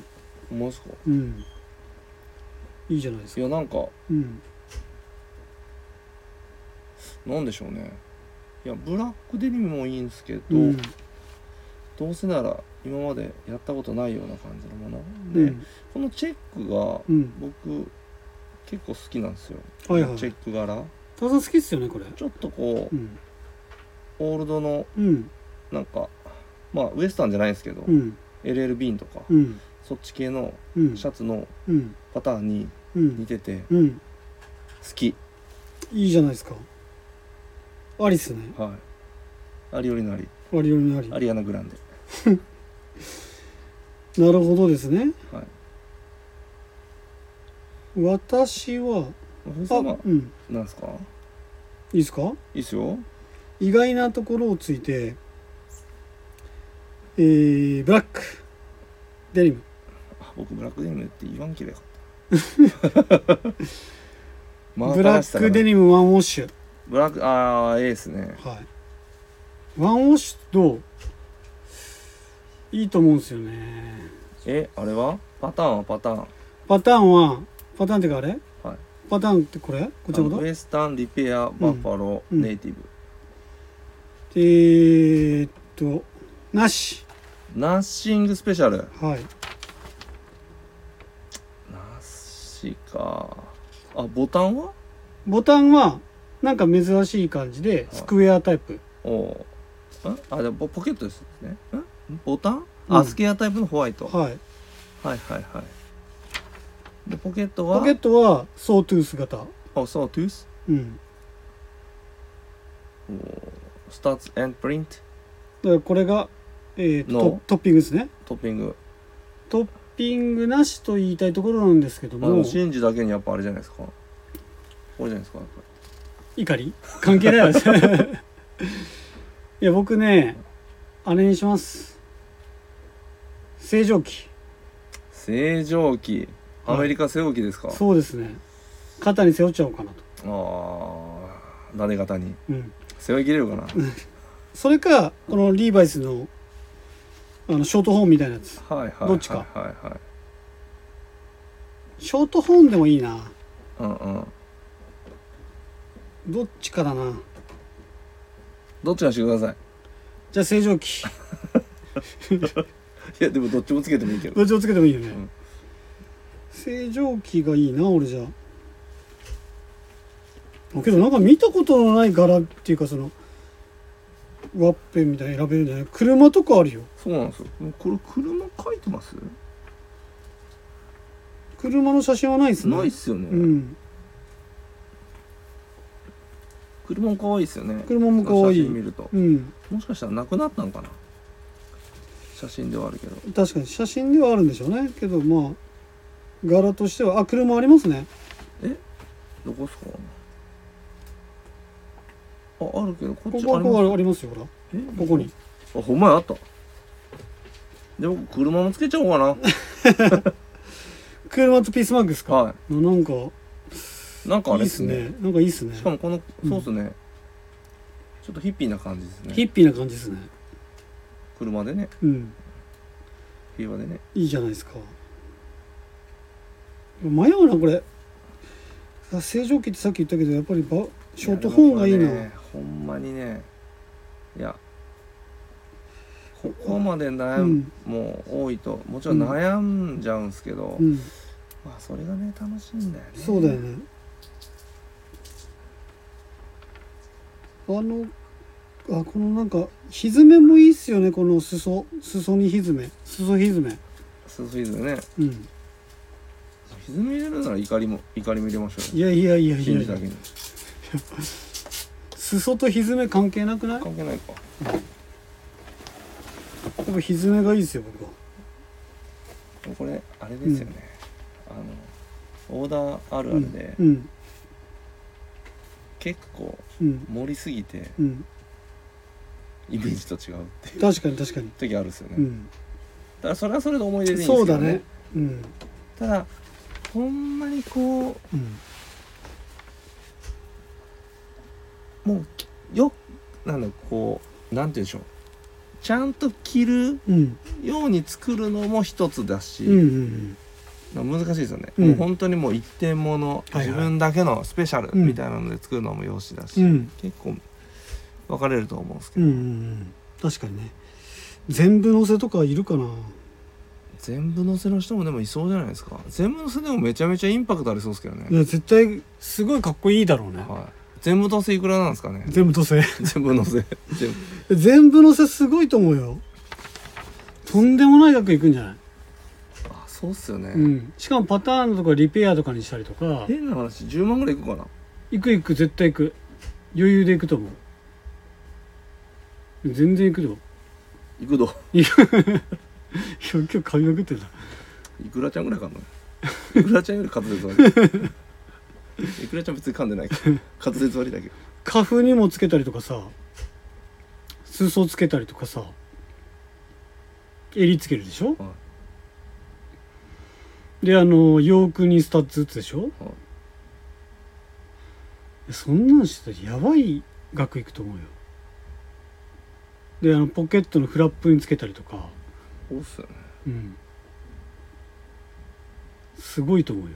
Speaker 2: 思うっすか
Speaker 1: うんいいじゃないです
Speaker 2: い
Speaker 1: か
Speaker 2: やなんか
Speaker 1: うん
Speaker 2: なんでしょうねいやブラックデニムもいいんですけど、
Speaker 1: うん
Speaker 2: どうせなら今までやったことないような感じのもの
Speaker 1: う
Speaker 2: で、
Speaker 1: ん
Speaker 2: このチェックが
Speaker 1: うん
Speaker 2: 僕結構好きなんですよ、
Speaker 1: はいはい
Speaker 2: チェック柄
Speaker 1: 高田さん好きっすよねこれ
Speaker 2: ちょっとこう、
Speaker 1: うん
Speaker 2: オールドの
Speaker 1: うん
Speaker 2: なんかまあウエスタンじゃないですけど、
Speaker 1: うん
Speaker 2: LL ビーンとか、
Speaker 1: うん
Speaker 2: そっち系の
Speaker 1: うん
Speaker 2: シャツの
Speaker 1: うん
Speaker 2: パターンに
Speaker 1: う
Speaker 2: 似
Speaker 1: ん
Speaker 2: てて
Speaker 1: うん
Speaker 2: 好き、
Speaker 1: いいじゃないですかありっすね
Speaker 2: はいありよりなり
Speaker 1: ありよりなり
Speaker 2: アリアナグランデ
Speaker 1: なるほどですね
Speaker 2: はい
Speaker 1: 私は
Speaker 2: 藤井
Speaker 1: あ
Speaker 2: さんは
Speaker 1: うん
Speaker 2: なんですか
Speaker 1: いいっすか
Speaker 2: いいっすよ
Speaker 1: 意外なところをついてえー、ブラックデニム
Speaker 2: あ僕ブラックデニムって言わんきれいかった 真
Speaker 1: ブラ
Speaker 2: 新しさ
Speaker 1: ッ
Speaker 2: がない
Speaker 1: クデニムワンウォッシュ
Speaker 2: ブラックああええですね
Speaker 1: はいワンウォッシュといいと思うんですよね
Speaker 2: えあれはパターンはパターン
Speaker 1: パターンはパターンってかあれ、
Speaker 2: はい
Speaker 1: パターンってこれこっち
Speaker 2: あ
Speaker 1: の
Speaker 2: の
Speaker 1: こ
Speaker 2: ウ
Speaker 1: と
Speaker 2: エスタンリペアバッファロー、
Speaker 1: うん
Speaker 2: ネイティブ
Speaker 1: えー、っとなし
Speaker 2: ナッシングスペシャルナ
Speaker 1: はい
Speaker 2: ッシかああボタンは
Speaker 1: ボタンはなんか珍しい感じでスクエアタイプ
Speaker 2: おおーんあでもポポケットですねんボタン、
Speaker 1: う
Speaker 2: あ
Speaker 1: ん
Speaker 2: スケアタイプのホワイト、は
Speaker 1: はい
Speaker 2: い、はいはいでポケットは
Speaker 1: ポケットはソートゥース型
Speaker 2: あそうトゥース
Speaker 1: うん
Speaker 2: おースターツエンプリント
Speaker 1: だからこれが、えーと
Speaker 2: の
Speaker 1: トッピングですね
Speaker 2: トッピング
Speaker 1: トッピングなしと言いたいところなんですけど
Speaker 2: あでも
Speaker 1: も
Speaker 2: シンジだけにやっぱあれじゃないですかこれじゃないですかやっぱ
Speaker 1: 怒り関係ないです いや僕ねあれにします正常期
Speaker 2: 正常期アメリカ背置きですか、
Speaker 1: そうですね肩に背負っちゃおうかなと、
Speaker 2: ああなで方に
Speaker 1: うん、
Speaker 2: 背負いきれるかな
Speaker 1: それかこのリーバイスのあのショートホーンみたいなやつ
Speaker 2: はいはいはい
Speaker 1: どっちか
Speaker 2: はいはい
Speaker 1: ショートホーンでもいいな
Speaker 2: うんうん
Speaker 1: どっちかだな
Speaker 2: どっちかにしてください
Speaker 1: じゃあ正常 期
Speaker 2: いやでもどっちもつけてもいいけど
Speaker 1: どっちをつけてもいいよね、
Speaker 2: ん
Speaker 1: 正常期がいいな俺じゃあけどなんか見たことのない柄っていうかそのワッペンみたいなの選べるんじゃない車とかあるよ
Speaker 2: そうなんですよこれ車書いてます
Speaker 1: 車の写真はないですね
Speaker 2: ないっすよね、
Speaker 1: うん
Speaker 2: 車も可愛いっすよね
Speaker 1: 車も可愛い
Speaker 2: 写真見ると
Speaker 1: うん
Speaker 2: もしかしたらなくなったのかな写真ではあるけど
Speaker 1: 確かに写真ではあるんでしょうねけどまあ柄としてはあ車ありますね
Speaker 2: どこっすかああるけどこ
Speaker 1: こ
Speaker 2: っち
Speaker 1: こは
Speaker 2: あり
Speaker 1: こ
Speaker 2: ます
Speaker 1: こありますよほら
Speaker 2: え
Speaker 1: ここに
Speaker 2: あほんまやあったで僕車もつけちゃおう かな
Speaker 1: 車とピースマークですか、
Speaker 2: は
Speaker 1: なんか
Speaker 2: いなんかあ
Speaker 1: い
Speaker 2: れ
Speaker 1: いっ
Speaker 2: ですすね
Speaker 1: ねなんかいいっすね
Speaker 2: しかもこの
Speaker 1: うん
Speaker 2: そうっすね、ちょっとヒッピーな感じです
Speaker 1: ヒ
Speaker 2: ね
Speaker 1: ッピーな感じですね
Speaker 2: 車でね
Speaker 1: うん
Speaker 2: 平和でね
Speaker 1: いいじゃないですか迷うなこれあ正常期ってさっき言ったけどやっぱりバショートホーンがいい
Speaker 2: や
Speaker 1: な
Speaker 2: でもこれねほんまにねいやここまで悩む、
Speaker 1: うん
Speaker 2: もう多いともちろん悩んじゃうんすけど、
Speaker 1: うん
Speaker 2: まあそれがね楽しいんだよね
Speaker 1: そうだよねあのあこのなんかひずめもいいっすよねこの裾裾にひずめ裾ひずめ
Speaker 2: ススイズね
Speaker 1: うん
Speaker 2: 歪み入れるなら怒りも怒りも入れましょう
Speaker 1: い
Speaker 2: よ
Speaker 1: やいやいやい
Speaker 2: 信
Speaker 1: や
Speaker 2: じ
Speaker 1: いや
Speaker 2: だけに
Speaker 1: 裾とひずめ関係なくないや
Speaker 2: 関係ないか
Speaker 1: っぱひずめがいいっすよ僕は
Speaker 2: でもこれあれですよね、あのオーダーあるあるで、
Speaker 1: うん
Speaker 2: 結構
Speaker 1: うん
Speaker 2: 盛りすぎて
Speaker 1: うん
Speaker 2: イメージと違うっていう
Speaker 1: 確かに確かに
Speaker 2: 時あるんですよね、
Speaker 1: う
Speaker 2: だ
Speaker 1: ん
Speaker 2: からそれはそれで思い出でいいん
Speaker 1: そ
Speaker 2: です
Speaker 1: う
Speaker 2: け
Speaker 1: だ
Speaker 2: どね
Speaker 1: ねうん
Speaker 2: ただほんまにこ
Speaker 1: うん
Speaker 2: うもうよなんだこうなんて言うんでしょうちゃんと着る
Speaker 1: うん
Speaker 2: ように作るのも一つだし、
Speaker 1: うんうん
Speaker 2: 難しいですよね、
Speaker 1: うん
Speaker 2: もう本当にもう一点もの、
Speaker 1: はいはい
Speaker 2: 自分だけのスペシャル
Speaker 1: うん
Speaker 2: みたいなので作るのもよしだし、
Speaker 1: うんうん
Speaker 2: 結構分かれると思うんですけ
Speaker 1: うんう
Speaker 2: ど、
Speaker 1: んうん確かにね全部乗せとかいるかな
Speaker 2: 全部乗せの人もでもいそうじゃないですか全部乗せでもめちゃめちゃインパクトありそうですけどね、
Speaker 1: いや絶対すごいかっこいいだろうね
Speaker 2: はい、全部乗せいくらなんですかね
Speaker 1: 全部乗せ
Speaker 2: 全部乗せ全部
Speaker 1: 全部乗せすごいと思うよとんでもない額いくんじゃない、
Speaker 2: あそうっすよね、
Speaker 1: うん、しかもパターンのとかリペアとかにしたりとか
Speaker 2: 変な話10万ぐらいいくかな
Speaker 1: 行く行く絶対行く余裕で行くと思う全然行くよ
Speaker 2: いくど
Speaker 1: いや今日髪まくってた
Speaker 2: いくらちゃんぐらいかんのいくらちゃんより滑舌悪いいくらちゃん別に噛んでないけど滑舌悪いだけど
Speaker 1: カフにもつけたりとかさ裾つけたりとかさ襟つけるでしょ、
Speaker 2: は
Speaker 1: であの洋服にスタッツ打つでしょ、そんなんしてたらやばい額いくと思うよであのポケットのフラップにつけたりとか
Speaker 2: そうっすよね
Speaker 1: うんすごいと思うよ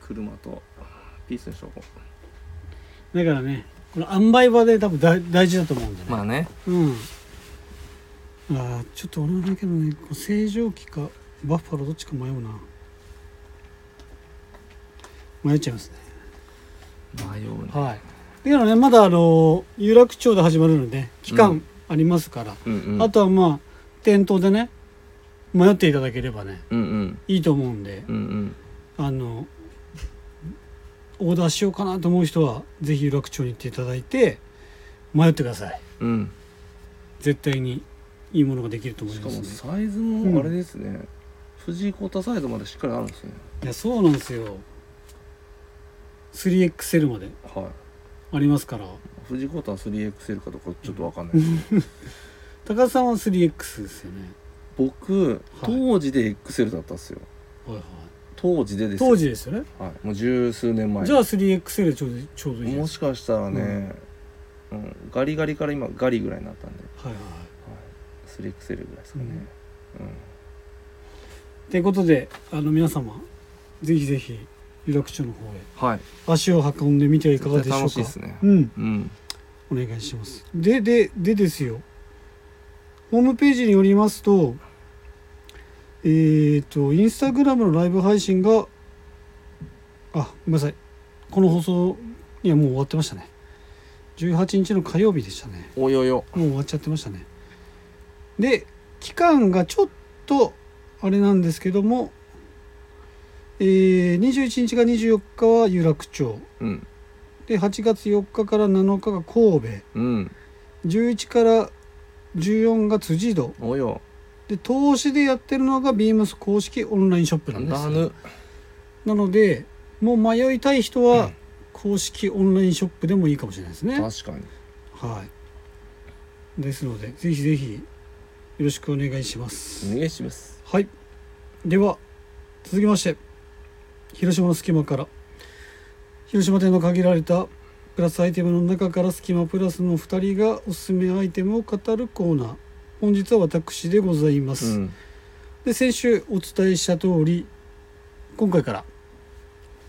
Speaker 2: 車とピースにしとこう
Speaker 1: だからねこの塩梅場で多分大大事だと思うんだよね
Speaker 2: まあね
Speaker 1: うん。ああ、ちょっと俺はだけどね、こう正常期かバッファローどっちか迷うな。迷っちゃいますね。
Speaker 2: 迷うね
Speaker 1: はい。だからね、まだあの有楽町で始まるので、期
Speaker 2: う
Speaker 1: 間ありますから、
Speaker 2: うんうん
Speaker 1: あとはまあ店頭でね、迷っていただければね、
Speaker 2: うんうん
Speaker 1: いいと思うんで、
Speaker 2: うんうん
Speaker 1: あのオーダーしようかなと思う人はぜひ有楽町に行っていただいて迷ってください。
Speaker 2: うん
Speaker 1: 絶対にいいものができると思い
Speaker 2: しか
Speaker 1: ます
Speaker 2: も
Speaker 1: ね。
Speaker 2: サイズもあれですね、藤井コータサイズまでしっかりあるんですね
Speaker 1: いやそうなんですよ。3XL まで
Speaker 2: はい
Speaker 1: ありますから。
Speaker 2: 藤井コータは 3XL かどうかちょっとわかんないです
Speaker 1: 高田さんは 3X ですよね。
Speaker 2: 僕当時で XL だったんですよ
Speaker 1: はいはい。
Speaker 2: 当時でですよ
Speaker 1: 当時ですよね。
Speaker 2: はい、もう十数年前
Speaker 1: じゃあ 3XL ちょうどちょうどいいで
Speaker 2: も
Speaker 1: す。
Speaker 2: しかしたらね、うんガリガリから今ガリぐらいになったんで、は
Speaker 1: はいはいはい。
Speaker 2: い、3XL ぐらいですかね、
Speaker 1: ということであの皆様ぜひぜひ有楽町の方へ
Speaker 2: うんはい
Speaker 1: 足を運んでみてはいかがでしょうか。
Speaker 2: 楽しいですね
Speaker 1: うん。
Speaker 2: うん
Speaker 1: お願いしますでででですよホームページによりますとえっ、とインスタグラムのライブ配信があごめんなさいこの放送いやもう終わってましたね18日の火曜日でしたね
Speaker 2: およよ
Speaker 1: もう終わっちゃってましたねで期間がちょっとあれなんですけども、えー、21日が24日は有楽町
Speaker 2: うん
Speaker 1: で8月4日から7日が神戸
Speaker 2: うん
Speaker 1: 11から14が辻堂
Speaker 2: およ
Speaker 1: で投資でやってるのがビームス公式オンラインショップなんで
Speaker 2: な
Speaker 1: す
Speaker 2: ぬ
Speaker 1: なのでもう迷いたい人は公式オンラインショップでもいいかもしれないですね、
Speaker 2: 確かに
Speaker 1: はいですのでぜひぜひよろしくお願いします、
Speaker 2: お願いします
Speaker 1: はいでは続きまして広島の隙間から広島店の限られたプラスアイテムの中から隙間プラスの2人がおすすめアイテムを語るコーナー本日は私でございま
Speaker 2: う
Speaker 1: す、
Speaker 2: ん
Speaker 1: で先週お伝えした通り今回から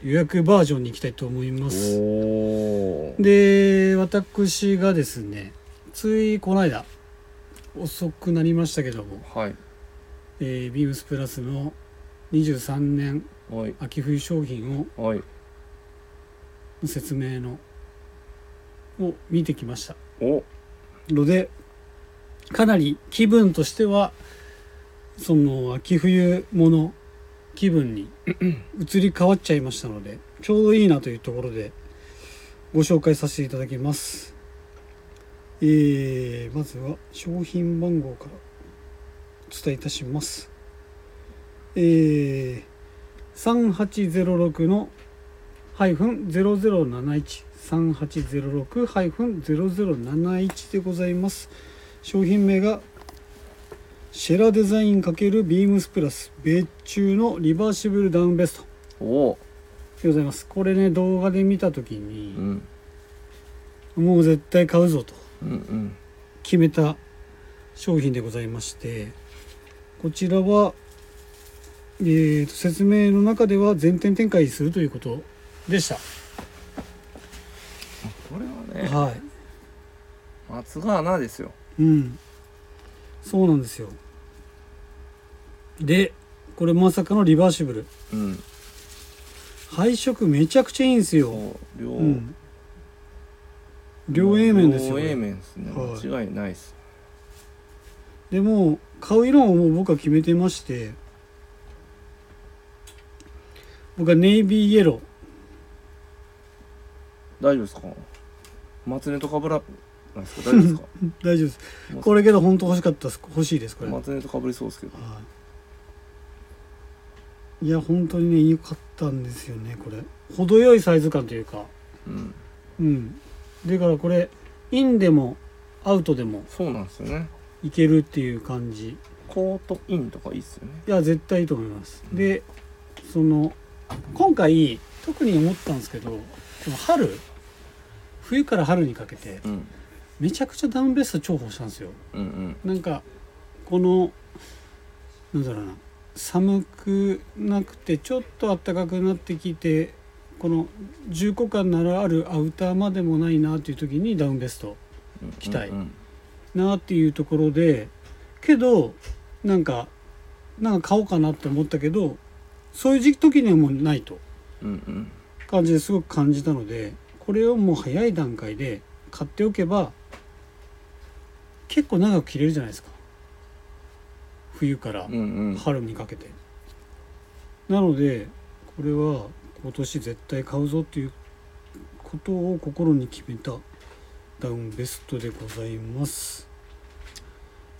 Speaker 1: 予約バージョンに行きたいと思い
Speaker 2: お
Speaker 1: ます
Speaker 2: おー
Speaker 1: で私がですねついこの間遅くなりましたけども、
Speaker 2: はい
Speaker 1: えービームスプラスの23年
Speaker 2: はい
Speaker 1: 秋冬商品
Speaker 2: はい
Speaker 1: を説明のを見てきました
Speaker 2: お
Speaker 1: のでかなり気分としてはその秋冬もの気分に移り変わっちゃいましたのでちょうどいいなというところでご紹介させていただきますえーまずは商品番号からお伝えいたしますえー3806のハイフン0071 3806ハイフン0071でございます商品名がシェラデザイン×ビームスプラス米中のリバーシブルダウンベスト
Speaker 2: お
Speaker 1: でございますこれね動画で見た時
Speaker 2: う
Speaker 1: に、
Speaker 2: ん
Speaker 1: もう絶対買うぞと
Speaker 2: うんうん
Speaker 1: 決めた商品でございましてこちらは、えーと説明の中では全店展開するということでした、
Speaker 2: これはね
Speaker 1: はい
Speaker 2: 松が穴ですよ
Speaker 1: うんそうなんですよでこれまさかのリバーシブル
Speaker 2: うん
Speaker 1: 配色めちゃくちゃいいんですよ、
Speaker 2: お両
Speaker 1: うん、両 A 面ですよ
Speaker 2: 両 A
Speaker 1: ね
Speaker 2: 面ですね
Speaker 1: はい
Speaker 2: 間違いないです
Speaker 1: でもう買う色をもう僕は決めてまして僕はネイビーイエロ
Speaker 2: 大丈夫ですか松根とかぶらないですか大丈夫 ですか
Speaker 1: ー大丈夫ですこれけど本当欲しかったです欲しいですこれ、
Speaker 2: 松根とかぶりそうですけど
Speaker 1: はいいや本当にね良かったんですよねこれ程よいサイズ感というか
Speaker 2: うん
Speaker 1: うんだからこれインでもアウトでも
Speaker 2: そうなんですよね
Speaker 1: いけるっていう感じ
Speaker 2: コートインとかいいっすよね
Speaker 1: いや絶対いいと思います、でその今回特に思ったんですけどこの春冬から春にかけて
Speaker 2: うん
Speaker 1: めちゃくちゃダウンベスト重宝したんですよ
Speaker 2: うんうん
Speaker 1: なんかこのなんだろうな寒くなくてちょっと暖かくなってきてこの重厚感ならあるアウターまでもないなっていう時にダウンベスト
Speaker 2: うん
Speaker 1: 期待
Speaker 2: うん
Speaker 1: なっていうところでけどなんかなんか買おうかなって思ったけどそういう時期にはもうないと
Speaker 2: うんうん
Speaker 1: 感じですごく感じたのでここれをもう早い段階で買っておけば結構長く着れるじゃないですか冬から
Speaker 2: うんうん
Speaker 1: 春にかけて、なのでこれは今年絶対買うぞっていうことを心に決めたダウンベストでございます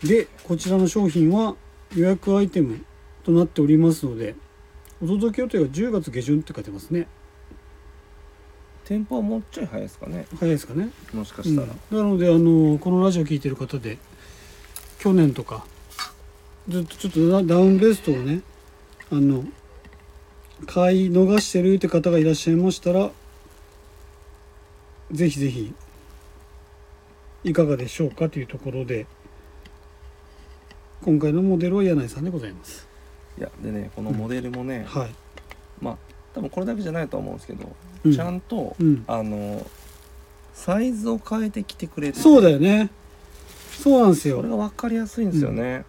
Speaker 1: でこちらの商品は予約アイテムとなっておりますのでお届け予定が10月下旬って書いてますね
Speaker 2: 店舗はもうちょい早いですかね
Speaker 1: 早いですかね
Speaker 2: もしかしたら、
Speaker 1: うん、なのであのこのラジオ聞いてる方で去年とかずっとちょっとダダウンベストをねあの買い逃してるって方がいらっしゃいましたらぜひぜひいかがでしょうかというところで今回のモデルは柳井さんでございます。
Speaker 2: いやでねこのモデルもね、
Speaker 1: はい。
Speaker 2: 多分これだけじゃないと思うんですけど、
Speaker 1: うん、
Speaker 2: ちゃんと、
Speaker 1: うん
Speaker 2: あのサイズを変えてきてくれて
Speaker 1: そうだ
Speaker 2: よ
Speaker 1: よね。そうなんです
Speaker 2: これ
Speaker 1: よ。
Speaker 2: が分かりやすいんですよね、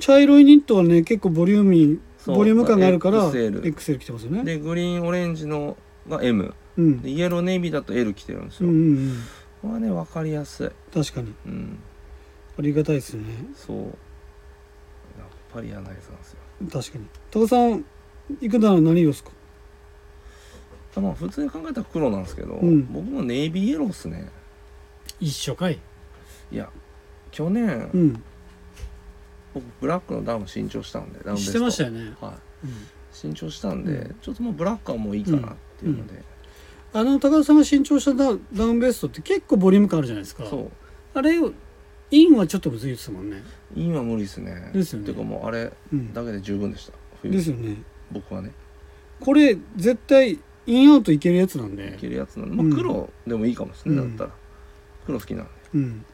Speaker 1: 茶色いニットはね結構ボリューミー
Speaker 2: そう
Speaker 1: ボリューム感があるから
Speaker 2: まあ XL
Speaker 1: XL 着てますよね。
Speaker 2: でグリーンオレンジのが M
Speaker 1: うん
Speaker 2: でイエローネイビーだと L 着てるんです
Speaker 1: うん
Speaker 2: よ、
Speaker 1: う
Speaker 2: こ
Speaker 1: んうん、
Speaker 2: れはね分かりやすい
Speaker 1: 確かに
Speaker 2: うん
Speaker 1: ありがたいですよね
Speaker 2: そうやっぱり柳井さんですよ
Speaker 1: 確かに多田さん行くなら何色ですか
Speaker 2: まあ普通に考えたら黒なんですけど、
Speaker 1: うん
Speaker 2: 僕もネイビーイエローっすね
Speaker 1: 一緒かい
Speaker 2: いや去年、
Speaker 1: うん
Speaker 2: 僕ブラックのダウン新調したんでダウンベス
Speaker 1: し
Speaker 2: ト
Speaker 1: てましたよね、
Speaker 2: はい
Speaker 1: うん
Speaker 2: 新調したんで、
Speaker 1: うん
Speaker 2: ちょっともうブラックはもういいかなっていうので、
Speaker 1: あの高田さんが新調したダダウンベストって結構ボリューム感あるじゃないですか
Speaker 2: そう
Speaker 1: あれをインはちょっとむずいですもんね
Speaker 2: インは無理ですね
Speaker 1: ですよね
Speaker 2: ていうかもうあれ
Speaker 1: うん
Speaker 2: だけで十分でした冬
Speaker 1: ですよね
Speaker 2: 僕はね
Speaker 1: これ絶対インアウトいけるやつなん
Speaker 2: い
Speaker 1: で
Speaker 2: けるやつなんで、まあ
Speaker 1: うん
Speaker 2: 黒でもいいかもですね、
Speaker 1: うん
Speaker 2: だったら黒好きなんで
Speaker 1: うん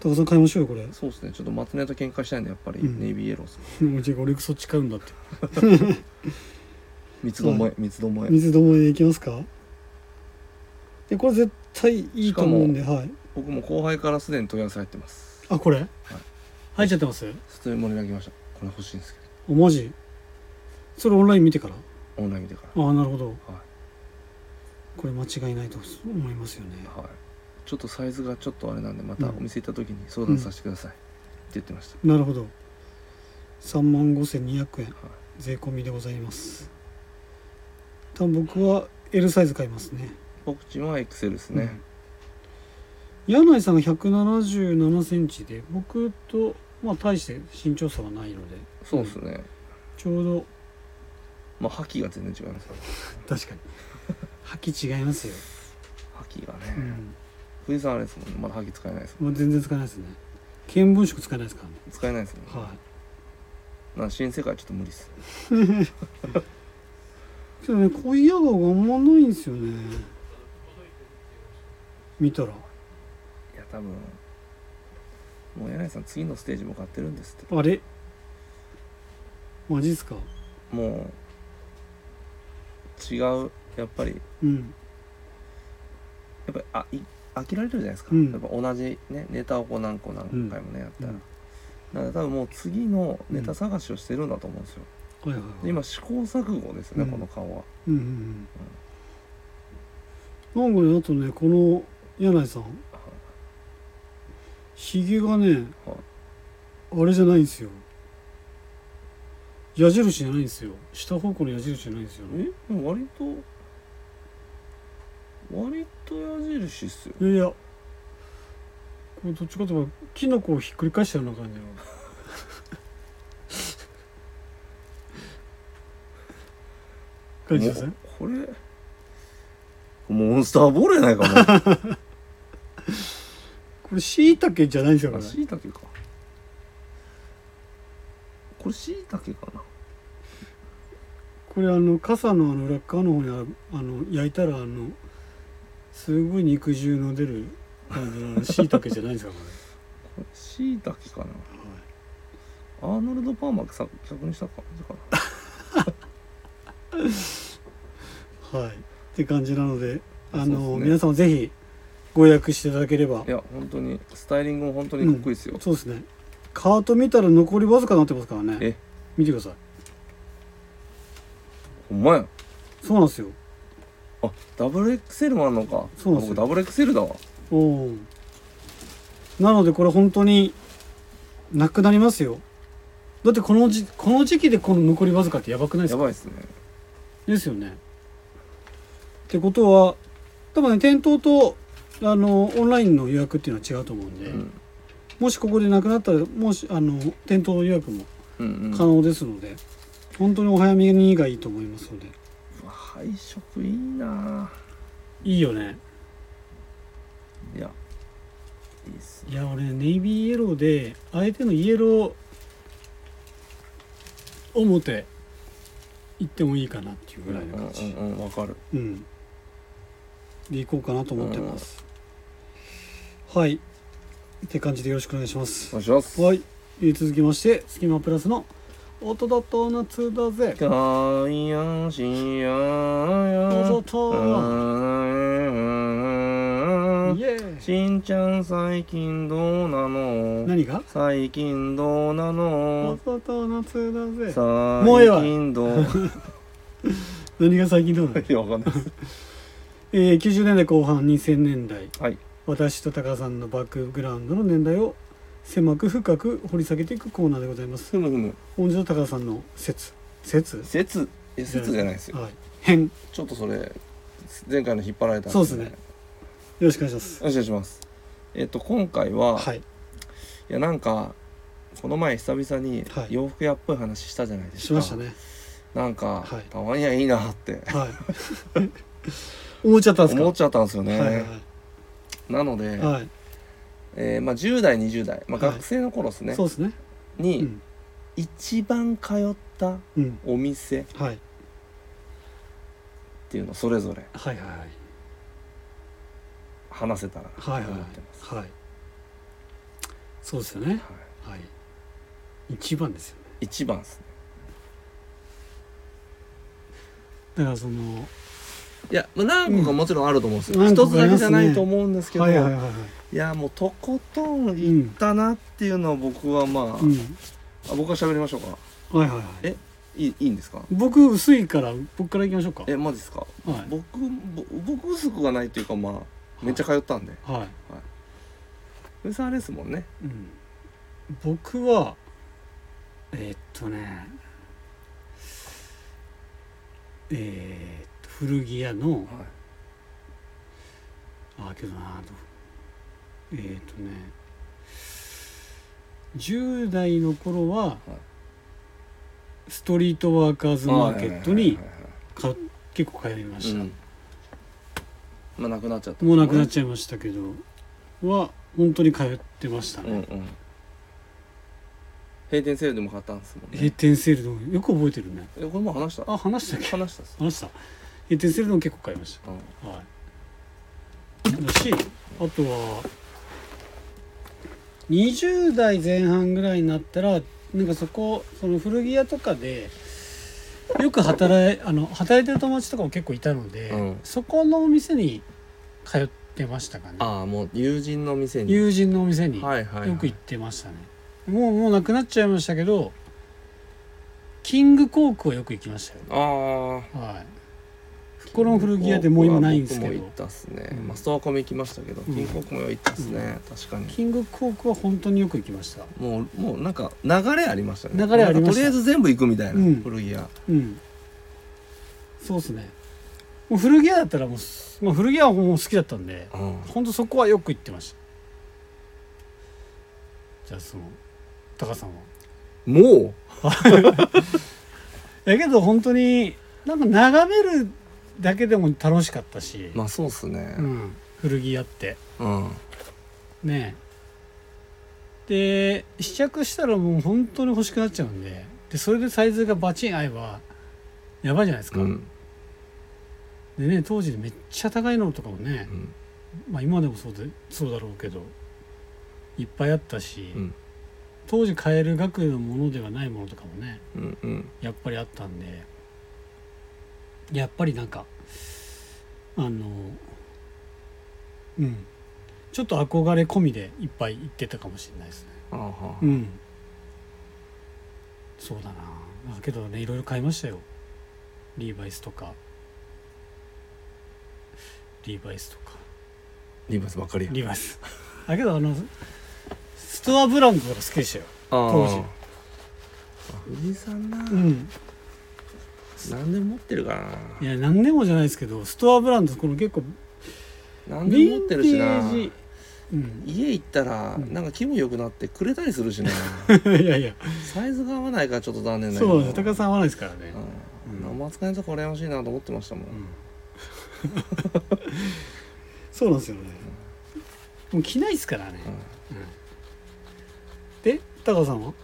Speaker 1: 高田さん買いましょうよこれ
Speaker 2: そうですねちょっと松根と喧嘩したいんでやっぱり
Speaker 1: うん
Speaker 2: ネイビーイエローっす ね
Speaker 1: もう違う俺そっち買うんだって
Speaker 2: 三つどもえ三つどもえ
Speaker 1: 水どもでいきますかでこれ絶対いいと思うんではい
Speaker 2: 僕も後輩からすでに問い合わせ入ってます
Speaker 1: あこれ、入っちゃってます
Speaker 2: ストーリー盛り上げましたこれ欲しいんですけ
Speaker 1: おマジそれオンライン見てから
Speaker 2: どオンライン見てから
Speaker 1: ああなるほど
Speaker 2: は
Speaker 1: これ間違いないと思いますよね
Speaker 2: い、はい、ちょっとサイズがちょっとあれなんでまたお店行った時に相談させてください、って言ってました
Speaker 1: なるほど3万5200円
Speaker 2: はい
Speaker 1: 税込みでございます多分僕は L サイズ買いますね
Speaker 2: 僕ちんは XL ですね、
Speaker 1: 柳井さんが1 7 7ンチで僕とまあ大して身長差はないので
Speaker 2: そうですね
Speaker 1: ちょうど
Speaker 2: まあ覇気が全然違いますね
Speaker 1: 確か に履き違いますよ、
Speaker 2: 覇気がね、
Speaker 1: うん
Speaker 2: 藤井さんあれですもんねまだ覇気使えないですも
Speaker 1: まあ、全然使えないですね見聞色使えないですからね
Speaker 2: ん使えないですもん、
Speaker 1: はい
Speaker 2: なんか新世界ちょっと無理っす
Speaker 1: けどね恋野顔があんまないんですよね見たら
Speaker 2: いや多分もう柳井さん次のステージ向かってるんですって
Speaker 1: あれマジっすか
Speaker 2: もう違うやっぱり
Speaker 1: うん
Speaker 2: やっぱりあい飽きられるじゃないですか、
Speaker 1: うん
Speaker 2: やっぱ同じ、ね、ネタをこう何個何回もね、やったら、
Speaker 1: うん
Speaker 2: だから多分もう次のネタ探しをしてるんだと思うんですよ、
Speaker 1: はいはい
Speaker 2: で
Speaker 1: はい
Speaker 2: 今試行錯誤ですね、
Speaker 1: うん
Speaker 2: この顔は
Speaker 1: うんうんうんなんかねあとねこの柳井さんひげがね
Speaker 2: はい
Speaker 1: あれじゃないんですよ矢印じゃないんですよ下方向の矢印じゃないんですよね
Speaker 2: えでも割と割と矢印っすよ
Speaker 1: いやいやこれどっちかというとキノコをひっくり返したような感じの感じですね
Speaker 2: もうこれモンスターボールやないか
Speaker 1: これしいたけじゃないんですよ
Speaker 2: も
Speaker 1: こ
Speaker 2: うあ
Speaker 1: れ
Speaker 2: しいたけかこれしいたけかな
Speaker 1: これあの傘のあの裏側の方にあるあの焼いたらあのすごい肉汁の出る感じのあのしいたけじゃないんですかこ
Speaker 2: これしいたけかな
Speaker 1: れ、
Speaker 2: アーノルド・パーマーさ逆にしたかかな
Speaker 1: はい、はい、って感じなのであ
Speaker 2: そう
Speaker 1: の
Speaker 2: ですね
Speaker 1: 皆さんもぜひご予約していただければ
Speaker 2: いや本当にスタイリングも本当にかっこいいですよ、
Speaker 1: そうですねカート見たら残りわずかになってますからね
Speaker 2: え
Speaker 1: 見てください
Speaker 2: ほんまや
Speaker 1: そうなんですよ
Speaker 2: ああダブル XL もあんのか
Speaker 1: そうなんですよ
Speaker 2: あ僕ダブル XL だわ
Speaker 1: うんなのでこれ本当になくなりますよだってこのじこの時期でこの残りわずかってやばくないです
Speaker 2: や
Speaker 1: か
Speaker 2: ばいですね
Speaker 1: ですよねってことは多分ね店頭とあのオンラインの予約っていうのは違うと思うんで、
Speaker 2: うん
Speaker 1: もしここでなくなったらもしあの店頭予約も
Speaker 2: うんうん
Speaker 1: 可能ですので、本当にお早めにがいいと思いますので
Speaker 2: うわ配色いいない
Speaker 1: いよね
Speaker 2: いやいいっすね
Speaker 1: いや俺ネイビーイエローで相手のイエロー表行ってもいいかなっていうぐらいの感じ、
Speaker 2: うんうんうんわかる
Speaker 1: うん。で行こうかなと思ってます。はい。って感じでよろしくお願いします。
Speaker 2: お
Speaker 1: は
Speaker 2: 願いします
Speaker 1: い。えー続きまして、スキマプラスの音だと夏だぜ。
Speaker 2: かいやしや
Speaker 1: どう
Speaker 2: や
Speaker 1: ぞと。イエーイ
Speaker 2: しんちゃん最近どうなの
Speaker 1: 何が
Speaker 2: 最近どうなの
Speaker 1: 音だと夏だぜ。
Speaker 2: 最
Speaker 1: もうええわ
Speaker 2: 近どう
Speaker 1: 何が最近どうなの
Speaker 2: いやわかんないです
Speaker 1: えー、90年代後半、2000年代。
Speaker 2: はい
Speaker 1: 私と高さんのバックグラウンドの年代を狭く深く掘り下げていくコーナーでございます。
Speaker 2: ふむふむ
Speaker 1: 本日と高さんの説。説
Speaker 2: 説え説じゃないですよ
Speaker 1: はい。変。よ
Speaker 2: ちょっとそれ前回の引っ張られたん
Speaker 1: そうですねろしくお願いします。
Speaker 2: お願いしますえっと今回は、、
Speaker 1: はいい。
Speaker 2: やなんかこの前久々に
Speaker 1: はい
Speaker 2: 洋服屋っぽい話したじゃないですか
Speaker 1: しましたね。
Speaker 2: なんか、
Speaker 1: はい
Speaker 2: たまにはいいなって
Speaker 1: はい。 思っちゃったんですか。
Speaker 2: 思っちゃったんですよね、
Speaker 1: はいはい
Speaker 2: なので、
Speaker 1: はい。はい。
Speaker 2: えーまあ、10代20代、まあ、
Speaker 1: はい
Speaker 2: 学生の頃ですね、
Speaker 1: そうですね。う
Speaker 2: に
Speaker 1: ん。
Speaker 2: 一番通った
Speaker 1: うん。
Speaker 2: お店っ
Speaker 1: はい。
Speaker 2: ていうのをそれぞれ
Speaker 1: はいはいはい。
Speaker 2: 話せたら
Speaker 1: はい
Speaker 2: と思ってます、
Speaker 1: はい。はい。そうですよね。
Speaker 2: はい
Speaker 1: はい。一番ですよね。
Speaker 2: 一番ですね
Speaker 1: だからその。
Speaker 2: いや、まあ、何個かもちろんあると思うんですよ、
Speaker 1: うん
Speaker 2: 一つだけじゃ
Speaker 1: 何個か
Speaker 2: な
Speaker 1: ありますね
Speaker 2: いと思うんですけど、
Speaker 1: はいいはいはいはい。
Speaker 2: やもうとことん行ったなっていうのは僕はまあ,、
Speaker 1: うん。
Speaker 2: あ僕は喋りましょうか
Speaker 1: はいはいはい。
Speaker 2: えいいいいんですか
Speaker 1: 僕薄いから、僕から行きましょうか。
Speaker 2: えマジですか
Speaker 1: はい。
Speaker 2: 僕ぼ僕薄くはないというかまあめっちゃ通ったんで、
Speaker 1: は
Speaker 2: ウサーですもんね
Speaker 1: い。うん。僕は。えーっとね。えーっと、古着屋の。
Speaker 2: は
Speaker 1: あけどなとえっ、とね10代の頃は、ストリートワーカーズ
Speaker 2: い
Speaker 1: マーケットに
Speaker 2: はいはいはいはい
Speaker 1: か結構通いました、
Speaker 2: うんまあなくなっちゃった
Speaker 1: もうなくなっ
Speaker 2: ゃ
Speaker 1: ちゃいましたけどは本当に通ってました
Speaker 2: うんう
Speaker 1: ね、
Speaker 2: ん閉店セールでも買ったんですもん
Speaker 1: 閉
Speaker 2: ね
Speaker 1: 店セールのよく覚えてるね
Speaker 2: えこれもう話した
Speaker 1: あ話したっけ
Speaker 2: 話したっす
Speaker 1: 話した閉店セールの結構買いまし
Speaker 2: うん
Speaker 1: たはいだしあとは20代前半ぐらいになったらなんかそこその古着屋とかでよく働いあの働いてる友達とかも結構いたので、
Speaker 2: うん
Speaker 1: そこのお店に通ってましたかね
Speaker 2: ああもう友人の店に
Speaker 1: 友人のお店によ
Speaker 2: はいはいはい
Speaker 1: く行ってましたね、もうもうなくなっちゃいましたけどキングコークはよく行きましたよ
Speaker 2: ああ
Speaker 1: はいこの古着屋でもう今ないんですけ
Speaker 2: 僕
Speaker 1: ど
Speaker 2: も行ったっすね、
Speaker 1: うん
Speaker 2: まあストアコミ行きましたけど
Speaker 1: うん
Speaker 2: 金庫も行ったっすね、確かに
Speaker 1: キングコークは本当によく行きました
Speaker 2: もうもうなんか流れありましたね
Speaker 1: 流れありました
Speaker 2: なんかとりあえず全部行くみたいな、
Speaker 1: うん
Speaker 2: 古着屋
Speaker 1: うんそうですねもう古着屋だったらもうす、まあ、古着屋はもう好きだったんで
Speaker 2: うん
Speaker 1: 本当そこはよく行ってましたじゃあそのタカさんは
Speaker 2: も
Speaker 1: だけど本当になんか眺めるだけでも楽しかったし、
Speaker 2: うまあそうっすね
Speaker 1: うん、古着屋って
Speaker 2: うん、
Speaker 1: ねえで試着したらもう本当に欲しくなっちゃうんででそれでサイズがバチン合えばやばいじゃないですか、
Speaker 2: うん
Speaker 1: でね当時めっちゃ高いのとかもね、まあ今でもそうでそうだろうけどいっぱいあったし、
Speaker 2: うん
Speaker 1: 当時買える額のものではないものとかもね
Speaker 2: うんうん
Speaker 1: やっぱりあったんでやっぱりなんかあのうんちょっと憧れ込みでいっぱい行ってたかもしれないですね
Speaker 2: ああはあ
Speaker 1: うんそうだなだけどねいろいろ買いましたよリーバイスとかリーバイスとか
Speaker 2: リバースばっかりや
Speaker 1: リーバイスだけどあのストアブランドが好きでしたよ当時
Speaker 2: あー藤井さんな、
Speaker 1: うん
Speaker 2: 何でも持ってるか
Speaker 1: いや何でもじゃないですけどストアブランドこの結構
Speaker 2: な何
Speaker 1: ヴ
Speaker 2: でも
Speaker 1: ィ
Speaker 2: 持っ
Speaker 1: ン
Speaker 2: て
Speaker 1: テ
Speaker 2: るしな
Speaker 1: ージうん、
Speaker 2: 家行ったら
Speaker 1: うん
Speaker 2: なんか気分良くなってくれたりす るしな
Speaker 1: いやいや
Speaker 2: サイズが合わないからちょっと残念だけど
Speaker 1: そうなんです高さん 合わないですからね、
Speaker 2: うん生扱いのとこ羨ましいなと思ってましたもん、
Speaker 1: うんそうなんですよねもう着ないですからね、で高さんは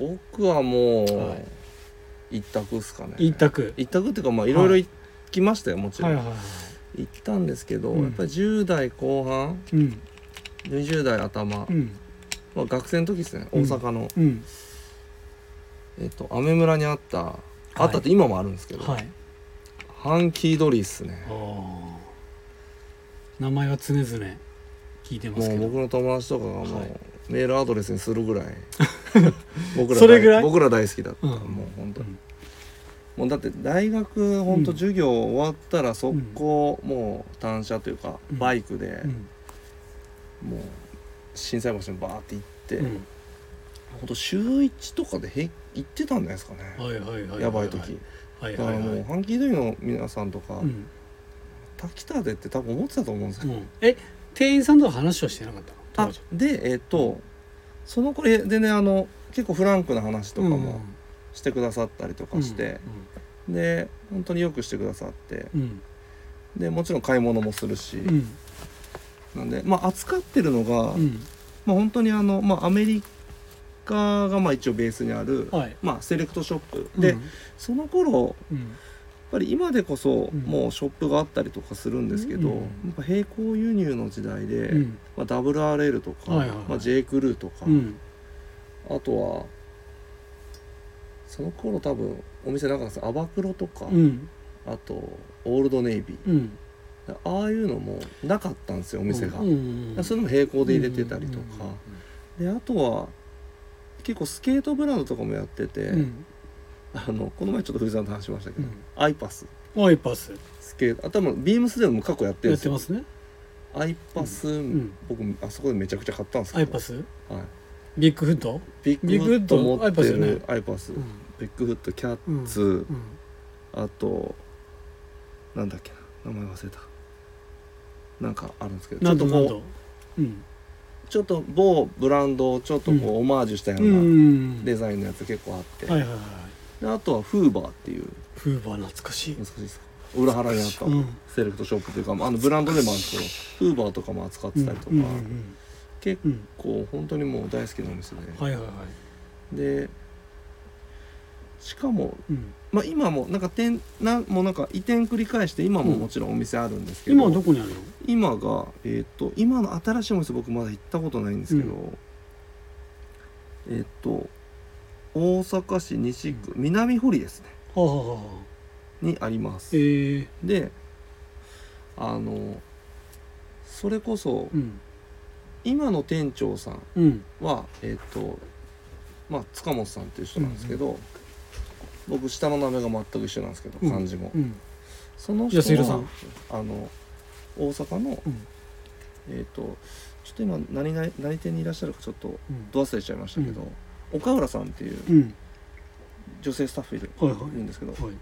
Speaker 2: うん僕はも
Speaker 1: は
Speaker 2: う一択っすかね
Speaker 1: 一択
Speaker 2: 一択っていうかまあいろいろ行きましたよもちろ
Speaker 1: は
Speaker 2: ん、
Speaker 1: いはいはい
Speaker 2: 行ったんですけど、
Speaker 1: うん
Speaker 2: やっぱり10代後半
Speaker 1: うん
Speaker 2: 20代頭、
Speaker 1: うん
Speaker 2: まあ、学生の時ですね
Speaker 1: う
Speaker 2: 大
Speaker 1: ん
Speaker 2: 阪の、
Speaker 1: うん
Speaker 2: えっと雨村にあったあったって今もあるんですけど、
Speaker 1: はい
Speaker 2: ハンキードリーっすね
Speaker 1: ああ名前は常々聞いてま
Speaker 2: も
Speaker 1: すけ
Speaker 2: う
Speaker 1: ど
Speaker 2: 僕の友達とかがもう、
Speaker 1: はい
Speaker 2: メールアドレスにするぐら い僕ら
Speaker 1: それぐらい
Speaker 2: 大僕ら大好きだった、
Speaker 1: うん
Speaker 2: もう本当
Speaker 1: う
Speaker 2: に
Speaker 1: ん、
Speaker 2: もうだって大学本当
Speaker 1: うん
Speaker 2: 授業終わったら速攻、もう単車というか
Speaker 1: うん
Speaker 2: バイクで
Speaker 1: う、ん
Speaker 2: もう心斎橋にバーって行って、
Speaker 1: うん
Speaker 2: ほんと週1とかでへ行ってたんじゃないですかね、
Speaker 1: はいはいはいは
Speaker 2: やばい時、
Speaker 1: はい
Speaker 2: だ
Speaker 1: は
Speaker 2: から
Speaker 1: い
Speaker 2: も
Speaker 1: は
Speaker 2: う
Speaker 1: い
Speaker 2: ハンキードリーの皆さんとか、
Speaker 1: うん
Speaker 2: 滝田でって多分思ってたと思うんです
Speaker 1: う
Speaker 2: よ、
Speaker 1: んえ店員さんとは話をしてなかったの
Speaker 2: あでえっ、とその頃えでねあの結構フランクな話とかもしてくださったりとかして、で本当によくしてくださって
Speaker 1: うん
Speaker 2: でもちろん買い物もするし、
Speaker 1: うん
Speaker 2: なんでまあ扱ってるのが、
Speaker 1: うん
Speaker 2: まあ本当にあの、まあ、アメリカがまあ一応ベースにある、
Speaker 1: うんはい
Speaker 2: まあ、セレクトショップで、
Speaker 1: うん
Speaker 2: その頃
Speaker 1: うん
Speaker 2: やっぱり今でこそ
Speaker 1: うん
Speaker 2: もうショップがあったりとかするんですけど、
Speaker 1: うん
Speaker 2: やっぱ並行輸入の時代で、
Speaker 1: うん
Speaker 2: まあ、WRL とか、
Speaker 1: はいはいはい
Speaker 2: まあ、J. クルーとか、
Speaker 1: うん
Speaker 2: あとはその頃多分お店なかったんですよアバクロとか、
Speaker 1: うん
Speaker 2: あとオールドネイビ
Speaker 1: うん
Speaker 2: ーああいうのもなかったんですよお
Speaker 1: お
Speaker 2: 店が、
Speaker 1: うんうんうん
Speaker 2: それも並行で入れてたりとか、であとは結構スケートブランドとかもやってて、
Speaker 1: うんうん
Speaker 2: あのこの前ちょっと藤井さんと話しましたけ
Speaker 1: う
Speaker 2: ど、
Speaker 1: ん
Speaker 2: アイパス
Speaker 1: ワイパス
Speaker 2: スケートあ多分ビームスでも過去やってるん
Speaker 1: やっ
Speaker 2: です
Speaker 1: て
Speaker 2: よ
Speaker 1: ますね
Speaker 2: アイパス、
Speaker 1: ん
Speaker 2: 僕あそこでめちゃくちゃ買ったんですけ
Speaker 1: ア
Speaker 2: ど
Speaker 1: イパス
Speaker 2: はい、
Speaker 1: ビッグフット
Speaker 2: ビッグフット持って
Speaker 1: ビッグフッ
Speaker 2: るアイパス、
Speaker 1: うん
Speaker 2: ビッグフットキャッツ、
Speaker 1: うん
Speaker 2: あとなんだっけな名前忘れたなんかあるんですけどち
Speaker 1: な
Speaker 2: ょっ
Speaker 1: んと
Speaker 2: と
Speaker 1: なん
Speaker 2: こ
Speaker 1: とうん
Speaker 2: うちょっと某ブランドをちょっとこう、オマージュしたよ
Speaker 1: うんう
Speaker 2: うなんデザインのやつ結構あって、
Speaker 1: はいはいはい
Speaker 2: であとはフーバーっていう
Speaker 1: フーバー懐かしい
Speaker 2: 難しいですか裏腹にあった、
Speaker 1: うん
Speaker 2: セレクトショップというかあのブランドでもあるんですけどフーバーとかも扱ってたりとか、
Speaker 1: うんうん
Speaker 2: 結
Speaker 1: うんうん
Speaker 2: 構本当にもう大好きなお店で、
Speaker 1: はいはいはい
Speaker 2: でしかも、
Speaker 1: うん
Speaker 2: まあ、今もなんか店なんもうなんか移転繰り返して今も
Speaker 1: うん
Speaker 2: もちろんお店あるんですけど、
Speaker 1: 今はどこにあるの
Speaker 2: 今が、えー、と今の新しいお店僕まだ行ったことないんですけど、
Speaker 1: う
Speaker 2: えっ、と大阪市西区南堀ですね
Speaker 1: はあはあはあ
Speaker 2: にあります、
Speaker 1: ええ
Speaker 2: であのそれこそ
Speaker 1: うん
Speaker 2: 今の店長さん
Speaker 1: うん
Speaker 2: はえっ、とまあ塚本さんっていう人なんですけど、僕下の名前が全く一緒なんですけど
Speaker 1: うん
Speaker 2: 漢字も、
Speaker 1: うん
Speaker 2: その人
Speaker 1: 安
Speaker 2: は
Speaker 1: 弘さん
Speaker 2: あの大阪の、
Speaker 1: うん
Speaker 2: えっ、とちょっと今何々何店にいらっしゃるかちょっと
Speaker 1: うん
Speaker 2: ど忘れしちゃいましたけど、岡浦さんっていう
Speaker 1: うん
Speaker 2: 女性スタッフいる,、
Speaker 1: はいはい
Speaker 2: いるんですけど
Speaker 1: はい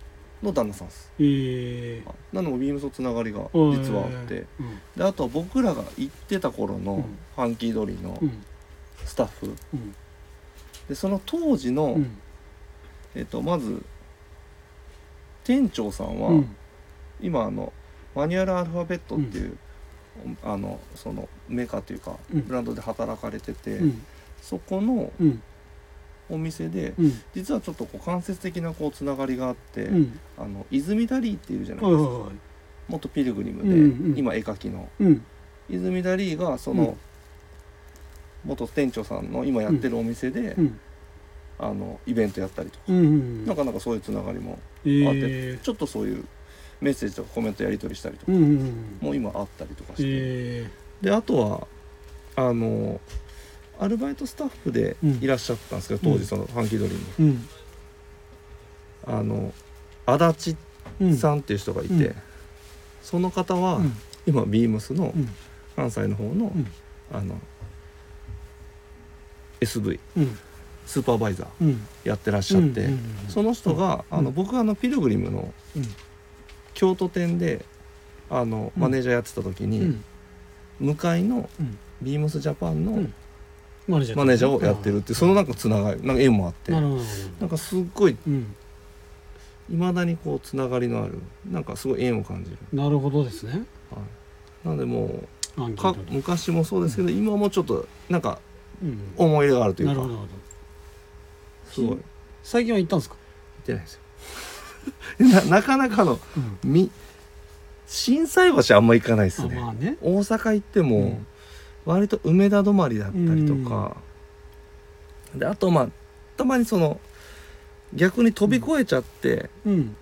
Speaker 2: の旦那さんです
Speaker 1: ええ
Speaker 2: なのもビームスのつながりが
Speaker 1: はい
Speaker 2: 実はあって
Speaker 1: うん
Speaker 2: であとは僕らが行ってた頃
Speaker 1: うん
Speaker 2: のハンキードリーの
Speaker 1: うん
Speaker 2: スタッフ
Speaker 1: うん
Speaker 2: でその当時の、
Speaker 1: うん
Speaker 2: えっとまず店長さんは、
Speaker 1: うん
Speaker 2: 今あのマニュアルアルファベットっていう、あのそのメーカーというか、
Speaker 1: うん
Speaker 2: ブランドで働かれてて、
Speaker 1: うん
Speaker 2: そこの
Speaker 1: うん
Speaker 2: お店で、
Speaker 1: うん
Speaker 2: 実はちょっとこう間接的なこうつながりがあって、
Speaker 1: うん
Speaker 2: あの泉ダリーっていうじゃない
Speaker 1: はい
Speaker 2: で
Speaker 1: は
Speaker 2: す
Speaker 1: い
Speaker 2: か、
Speaker 1: はい
Speaker 2: 元ピルグリムで、
Speaker 1: うんうん
Speaker 2: 今絵描きの
Speaker 1: うん
Speaker 2: 泉ダリーがそ
Speaker 1: うん
Speaker 2: の、元店長さんの今やってるお店で、
Speaker 1: うん
Speaker 2: あのイベントやったりとか、
Speaker 1: うんうん
Speaker 2: なかなかそういうつながりも
Speaker 1: ええ
Speaker 2: ちょっとそういうメッセージとかコメントやり取りしたりとか
Speaker 1: うんうんうん
Speaker 2: もう今あったりとかして、
Speaker 1: え
Speaker 2: であとはあのアルバイトスタッフでいらっしゃったんですけど、
Speaker 1: うん
Speaker 2: 当時そのハンキードリーに、
Speaker 1: えうん
Speaker 2: あの足立
Speaker 1: うん
Speaker 2: さんっていう人がいて、
Speaker 1: うん
Speaker 2: その方は、
Speaker 1: うん
Speaker 2: 今ビームスの
Speaker 1: うん
Speaker 2: 関西の方の、
Speaker 1: ん
Speaker 2: あの SV
Speaker 1: うん
Speaker 2: スーパーバイザー
Speaker 1: うん
Speaker 2: やってらっしゃって、
Speaker 1: うんうんうん
Speaker 2: その人が、
Speaker 1: うん
Speaker 2: あの僕があのピルグリムの京都店であの
Speaker 1: うん
Speaker 2: マネージャーやってた時に、
Speaker 1: うんうん
Speaker 2: 向かいの
Speaker 1: うん
Speaker 2: ビームスジャパン
Speaker 1: う
Speaker 2: の
Speaker 1: んマネージャー
Speaker 2: マネージャーをやってるっていうそのなんかつながりなんか縁もあって
Speaker 1: な
Speaker 2: な
Speaker 1: るほど
Speaker 2: んかすっごい
Speaker 1: うん
Speaker 2: いまだにこうつながりのあるなんかすごい縁を感じる、
Speaker 1: なるほどですね
Speaker 2: はい、なのでも
Speaker 1: アン
Speaker 2: う
Speaker 1: ケー
Speaker 2: か
Speaker 1: トで
Speaker 2: 昔もそうですけど、今もちょっとなんか
Speaker 1: うん
Speaker 2: 思い入れがあるとい
Speaker 1: な
Speaker 2: う
Speaker 1: るほど
Speaker 2: か
Speaker 1: なるほど
Speaker 2: すごい行っ
Speaker 1: 最近は行ったんですか
Speaker 2: てないですよ ななかなかの
Speaker 1: うん
Speaker 2: み心斎橋あんま行かないです
Speaker 1: あ
Speaker 2: ね、
Speaker 1: まあね
Speaker 2: 大阪行っても、
Speaker 1: うん
Speaker 2: 割と梅田止まりだったりとか、であとまあたまにその逆に飛び越えちゃって、
Speaker 1: うん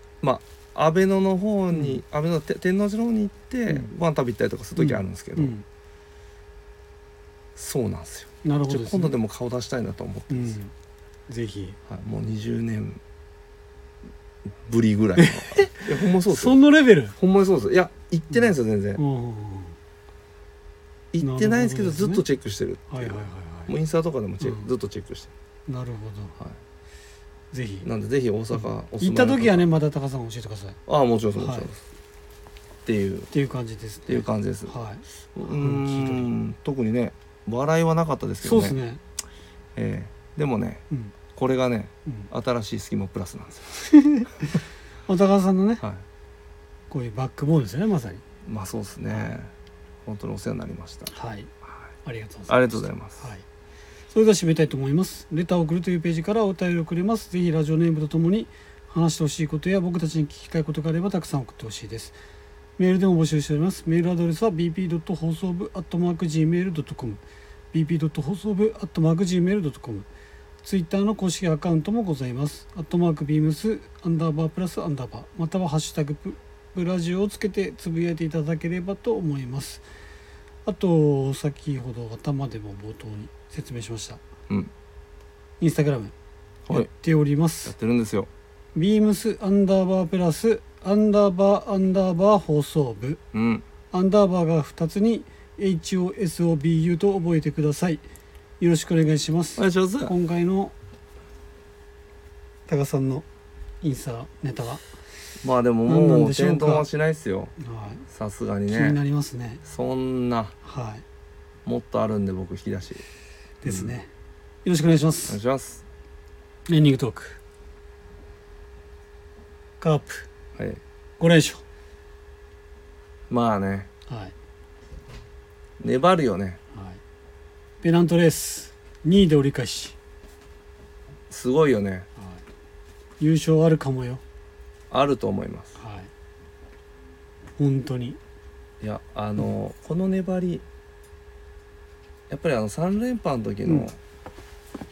Speaker 2: 阿倍野の方に、阿倍野のて天王寺の方に行って、
Speaker 1: うん
Speaker 2: ご飯食べ行ったりとかする時あるんですけど、
Speaker 1: うん
Speaker 2: そうなんですよ
Speaker 1: なるほ
Speaker 2: ち
Speaker 1: ど
Speaker 2: ょ
Speaker 1: ですね
Speaker 2: 今度でも顔出したいなと思って
Speaker 1: う
Speaker 2: ますよ、
Speaker 1: んぜひ
Speaker 2: はい、もう20年ぶりぐら いのいやほんまそうです
Speaker 1: そ
Speaker 2: よ
Speaker 1: のレベル
Speaker 2: ほんまにそうですよいや行ってないんですよ全然、
Speaker 1: うんうんうん
Speaker 2: 行ってないんですけど
Speaker 1: なるほどです
Speaker 2: ず
Speaker 1: ね
Speaker 2: っとチェックしてるっていう、
Speaker 1: はいはいはい
Speaker 2: も
Speaker 1: は
Speaker 2: うインスタとかでもチェック、
Speaker 1: うん
Speaker 2: ずっとチェックして
Speaker 1: いなるほ
Speaker 2: る、は
Speaker 1: どぜひ
Speaker 2: い、なんでぜひ大阪お住
Speaker 1: 行っ
Speaker 2: まい
Speaker 1: た
Speaker 2: の方
Speaker 1: 時はねまた高さん教えてくださいっ
Speaker 2: ああもちろんですもちろんです、っていうって
Speaker 1: いう感じですって
Speaker 2: ていう感じです、
Speaker 1: は
Speaker 2: うーん特にね笑いはなかったで
Speaker 1: い
Speaker 2: すけ
Speaker 1: そう
Speaker 2: どね
Speaker 1: ですね
Speaker 2: ええでもね
Speaker 1: うん
Speaker 2: これがね
Speaker 1: うん
Speaker 2: 新しいスキマプラスなんですよ
Speaker 1: 高田さんのね
Speaker 2: はい
Speaker 1: こういうバックボーンですよねまさに
Speaker 2: まあそうですね本当にお世話になりました
Speaker 1: はいありがとうございます
Speaker 2: ありがとうございます、
Speaker 1: はい。それでは締めたいと思います。レターを送るというページからお便りをくれます。ぜひラジオネームとともに話してほしいことや僕たちに聞きたいことがあればたくさん送ってほしいです。メールでも募集しております。メールアドレスは bp. 放送部 .gmail.com bp. 放送部 .gmail.com ツイッターの公式アカウントもございます。アットマークビームスアンダーバープラスアンダーバーまたはハッシュタグプブラジオをつけてつぶやいていただければと思います。あと先ほど頭でも冒頭に説明しました
Speaker 2: うん
Speaker 1: インスタグラム
Speaker 2: は
Speaker 1: や
Speaker 2: い
Speaker 1: っ、ておりま
Speaker 2: やっ
Speaker 1: す、
Speaker 2: てるんですよ
Speaker 1: ビームスアンダーバープラスアンダーバーアンダーバー放送部
Speaker 2: うん
Speaker 1: アンダーバーが2つに HOSOBU と覚えてくださいよろしくお願いします、
Speaker 2: お願いします
Speaker 1: 今回の高さんのインスタネタは、は
Speaker 2: まあでも
Speaker 1: 何な
Speaker 2: も
Speaker 1: ん
Speaker 2: う
Speaker 1: でしょう
Speaker 2: 転
Speaker 1: か
Speaker 2: 倒はしないですよさすが
Speaker 1: い、
Speaker 2: に
Speaker 1: 気にな
Speaker 2: ね
Speaker 1: りますね
Speaker 2: そんな
Speaker 1: は
Speaker 2: もっとあるんで僕引き出し
Speaker 1: いですね、よろしくお願いしま
Speaker 2: お
Speaker 1: す
Speaker 2: 願いします
Speaker 1: エンディングトークカープ
Speaker 2: はい
Speaker 1: 5連勝
Speaker 2: まあね
Speaker 1: はい、はい、
Speaker 2: 粘るよね
Speaker 1: ペナントレース2位で折り返し、
Speaker 2: すごいよね
Speaker 1: はい、優勝あるかもよ
Speaker 2: あると思います
Speaker 1: はい本当に
Speaker 2: いやあの、この粘りやっぱりあの3連覇の時
Speaker 1: う
Speaker 2: の
Speaker 1: ん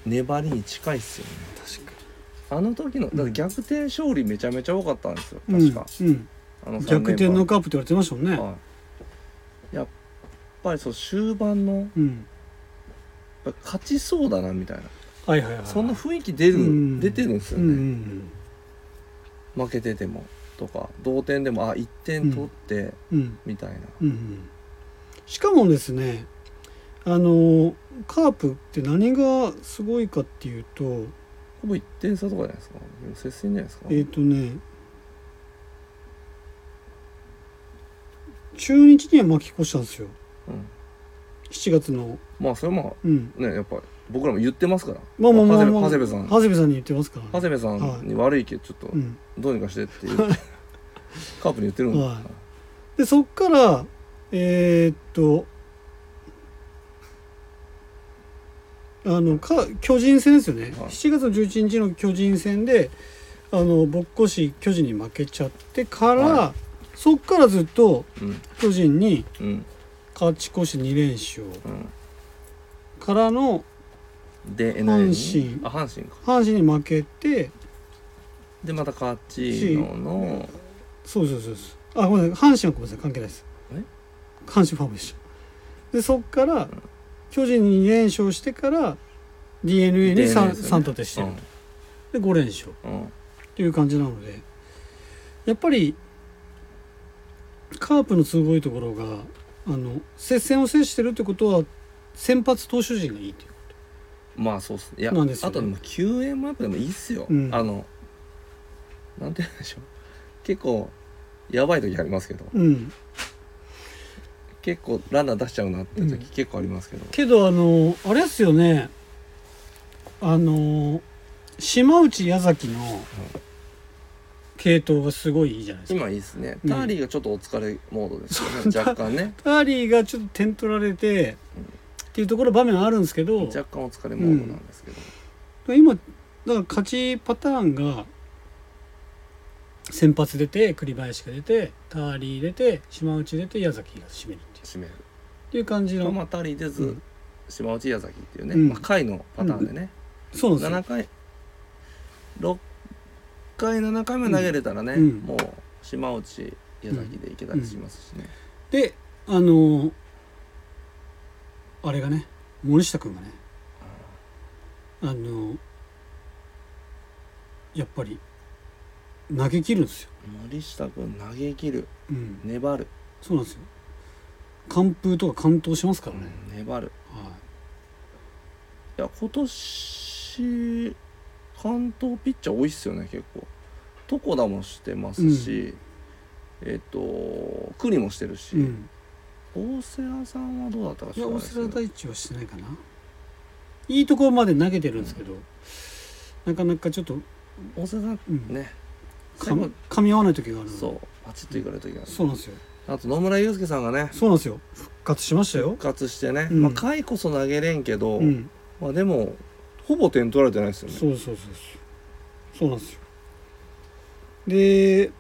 Speaker 2: 粘りに近いっすよね、
Speaker 1: 確か
Speaker 2: あの時のだって逆転勝利めちゃめちゃ多かったんですよ
Speaker 1: に
Speaker 2: 確か、、
Speaker 1: うんうん、
Speaker 2: あの3連覇
Speaker 1: 逆転のカープって言われてましたもんね、
Speaker 2: はい、やっぱりそう終盤のやっ
Speaker 1: うん、
Speaker 2: ぱ勝ちそうだなみたいな
Speaker 1: はいはいはい
Speaker 2: そんな雰囲気出る、
Speaker 1: うん
Speaker 2: 出てるんですよ
Speaker 1: うんうん
Speaker 2: ね、負けててもとか同点でもあ1点取って、
Speaker 1: うんうん
Speaker 2: みたいな
Speaker 1: うんうんしかもですねあのカープって何がすごいかっていうと
Speaker 2: ほぼ1点差とかじゃないですかでも接戦じゃないですか
Speaker 1: えっ、とね中日には巻き越したんですよ
Speaker 2: うん、
Speaker 1: 7月の
Speaker 2: まあそれはまあ
Speaker 1: うん
Speaker 2: ねやっぱり僕らも言ってますから
Speaker 1: まあまあまあまあ
Speaker 2: 長谷部長谷部さん
Speaker 1: 長谷部さんに言ってますから、ね、
Speaker 2: 長谷部さんに悪いけどちょっと
Speaker 1: うん、
Speaker 2: どうにかしてっていう、カープに言ってるんで、
Speaker 1: はいでそっからえーっとあのか巨人戦ですよね、
Speaker 2: はい
Speaker 1: 7月の11日の巨人戦であのぼっこし巨人に負けちゃってから、
Speaker 2: は
Speaker 1: そっからずっと
Speaker 2: うん
Speaker 1: 巨人に
Speaker 2: うん
Speaker 1: 勝ち越し2連勝
Speaker 2: う
Speaker 1: からの
Speaker 2: んで NA
Speaker 1: 阪神
Speaker 2: あ阪神か
Speaker 1: 阪神に負けて
Speaker 2: でまたカッチーノの
Speaker 1: そうですそうですあごめんなさい阪神はごめんなさい関係ないです
Speaker 2: え
Speaker 1: 阪神ファームでしたでそっから巨人に2連勝してから d n a に 3,
Speaker 2: ですよね
Speaker 1: 3立てしてる、で5連勝
Speaker 2: うんうん
Speaker 1: っていう感じなのでやっぱりカープのすごいところがあの接戦を制してるってことは先発投手陣がいいっていう
Speaker 2: まあそうっすいや、
Speaker 1: なんですよ
Speaker 2: あ
Speaker 1: ね
Speaker 2: とでも9円マップでもいいっすよ、
Speaker 1: うん
Speaker 2: あのなんて言うんでしょう結構やばい時ありますけど
Speaker 1: うん
Speaker 2: 結構ランナー出しちゃうなって時、
Speaker 1: うん
Speaker 2: 結構ありますけど
Speaker 1: けどあのあれですよねあの島内矢崎の系統がすごいいいじゃないですか
Speaker 2: 今いいっすね
Speaker 1: うん
Speaker 2: ターリーがちょっとお疲れモードですよね若干ね
Speaker 1: ターリーがちょっと点取られて
Speaker 2: うん
Speaker 1: っていうところ場面はあるんですけど
Speaker 2: 若干お疲れモードなんですけど、
Speaker 1: 今だから勝ちパターンが先発出て栗林が出てターリー出て島内出て矢崎が締めるっていう
Speaker 2: 締める
Speaker 1: っていう感じ
Speaker 2: まあ
Speaker 1: の、
Speaker 2: まあターリー出ず、
Speaker 1: うん
Speaker 2: 島内矢崎っていうね、
Speaker 1: うん
Speaker 2: まあ、回のパターンでね、
Speaker 1: そうなんで
Speaker 2: 7回6回7回目投げれたらね、
Speaker 1: うんうん
Speaker 2: もう島内矢崎でいけたりしますしね、
Speaker 1: すよであのーあれがね森下君がねあのーやっぱり投げ切るんですよ、
Speaker 2: 森下君投げ切る
Speaker 1: うん、
Speaker 2: 粘る、
Speaker 1: そうなんですよ完封とか完投しますからね、
Speaker 2: 粘る
Speaker 1: はい
Speaker 2: いや今年関東ピッチャー多いっすよね結構床田もしてますし、えっ、と栗もしてるし、
Speaker 1: うん、
Speaker 2: 大瀬良さんはどうだったか
Speaker 1: いや
Speaker 2: ら
Speaker 1: 大
Speaker 2: ないです
Speaker 1: 瀬
Speaker 2: け
Speaker 1: 良
Speaker 2: ど
Speaker 1: 大地はしてないかないいところまで投げてるんですけど、なかなかちょっと、
Speaker 2: 大瀬良さん
Speaker 1: うん
Speaker 2: ね
Speaker 1: か
Speaker 2: 最後
Speaker 1: 噛み合わない時があるの
Speaker 2: そうパチッといかれる時がある
Speaker 1: そうなんですよ
Speaker 2: あと野村祐介さんがね
Speaker 1: そうなんですよ復活しましたよ
Speaker 2: 復、活してね、
Speaker 1: うん
Speaker 2: まあ回こそ投げれんけど、
Speaker 1: うん、
Speaker 2: まあでもほぼ点取られてないですよね
Speaker 1: そうそうそうそうそうなんですよで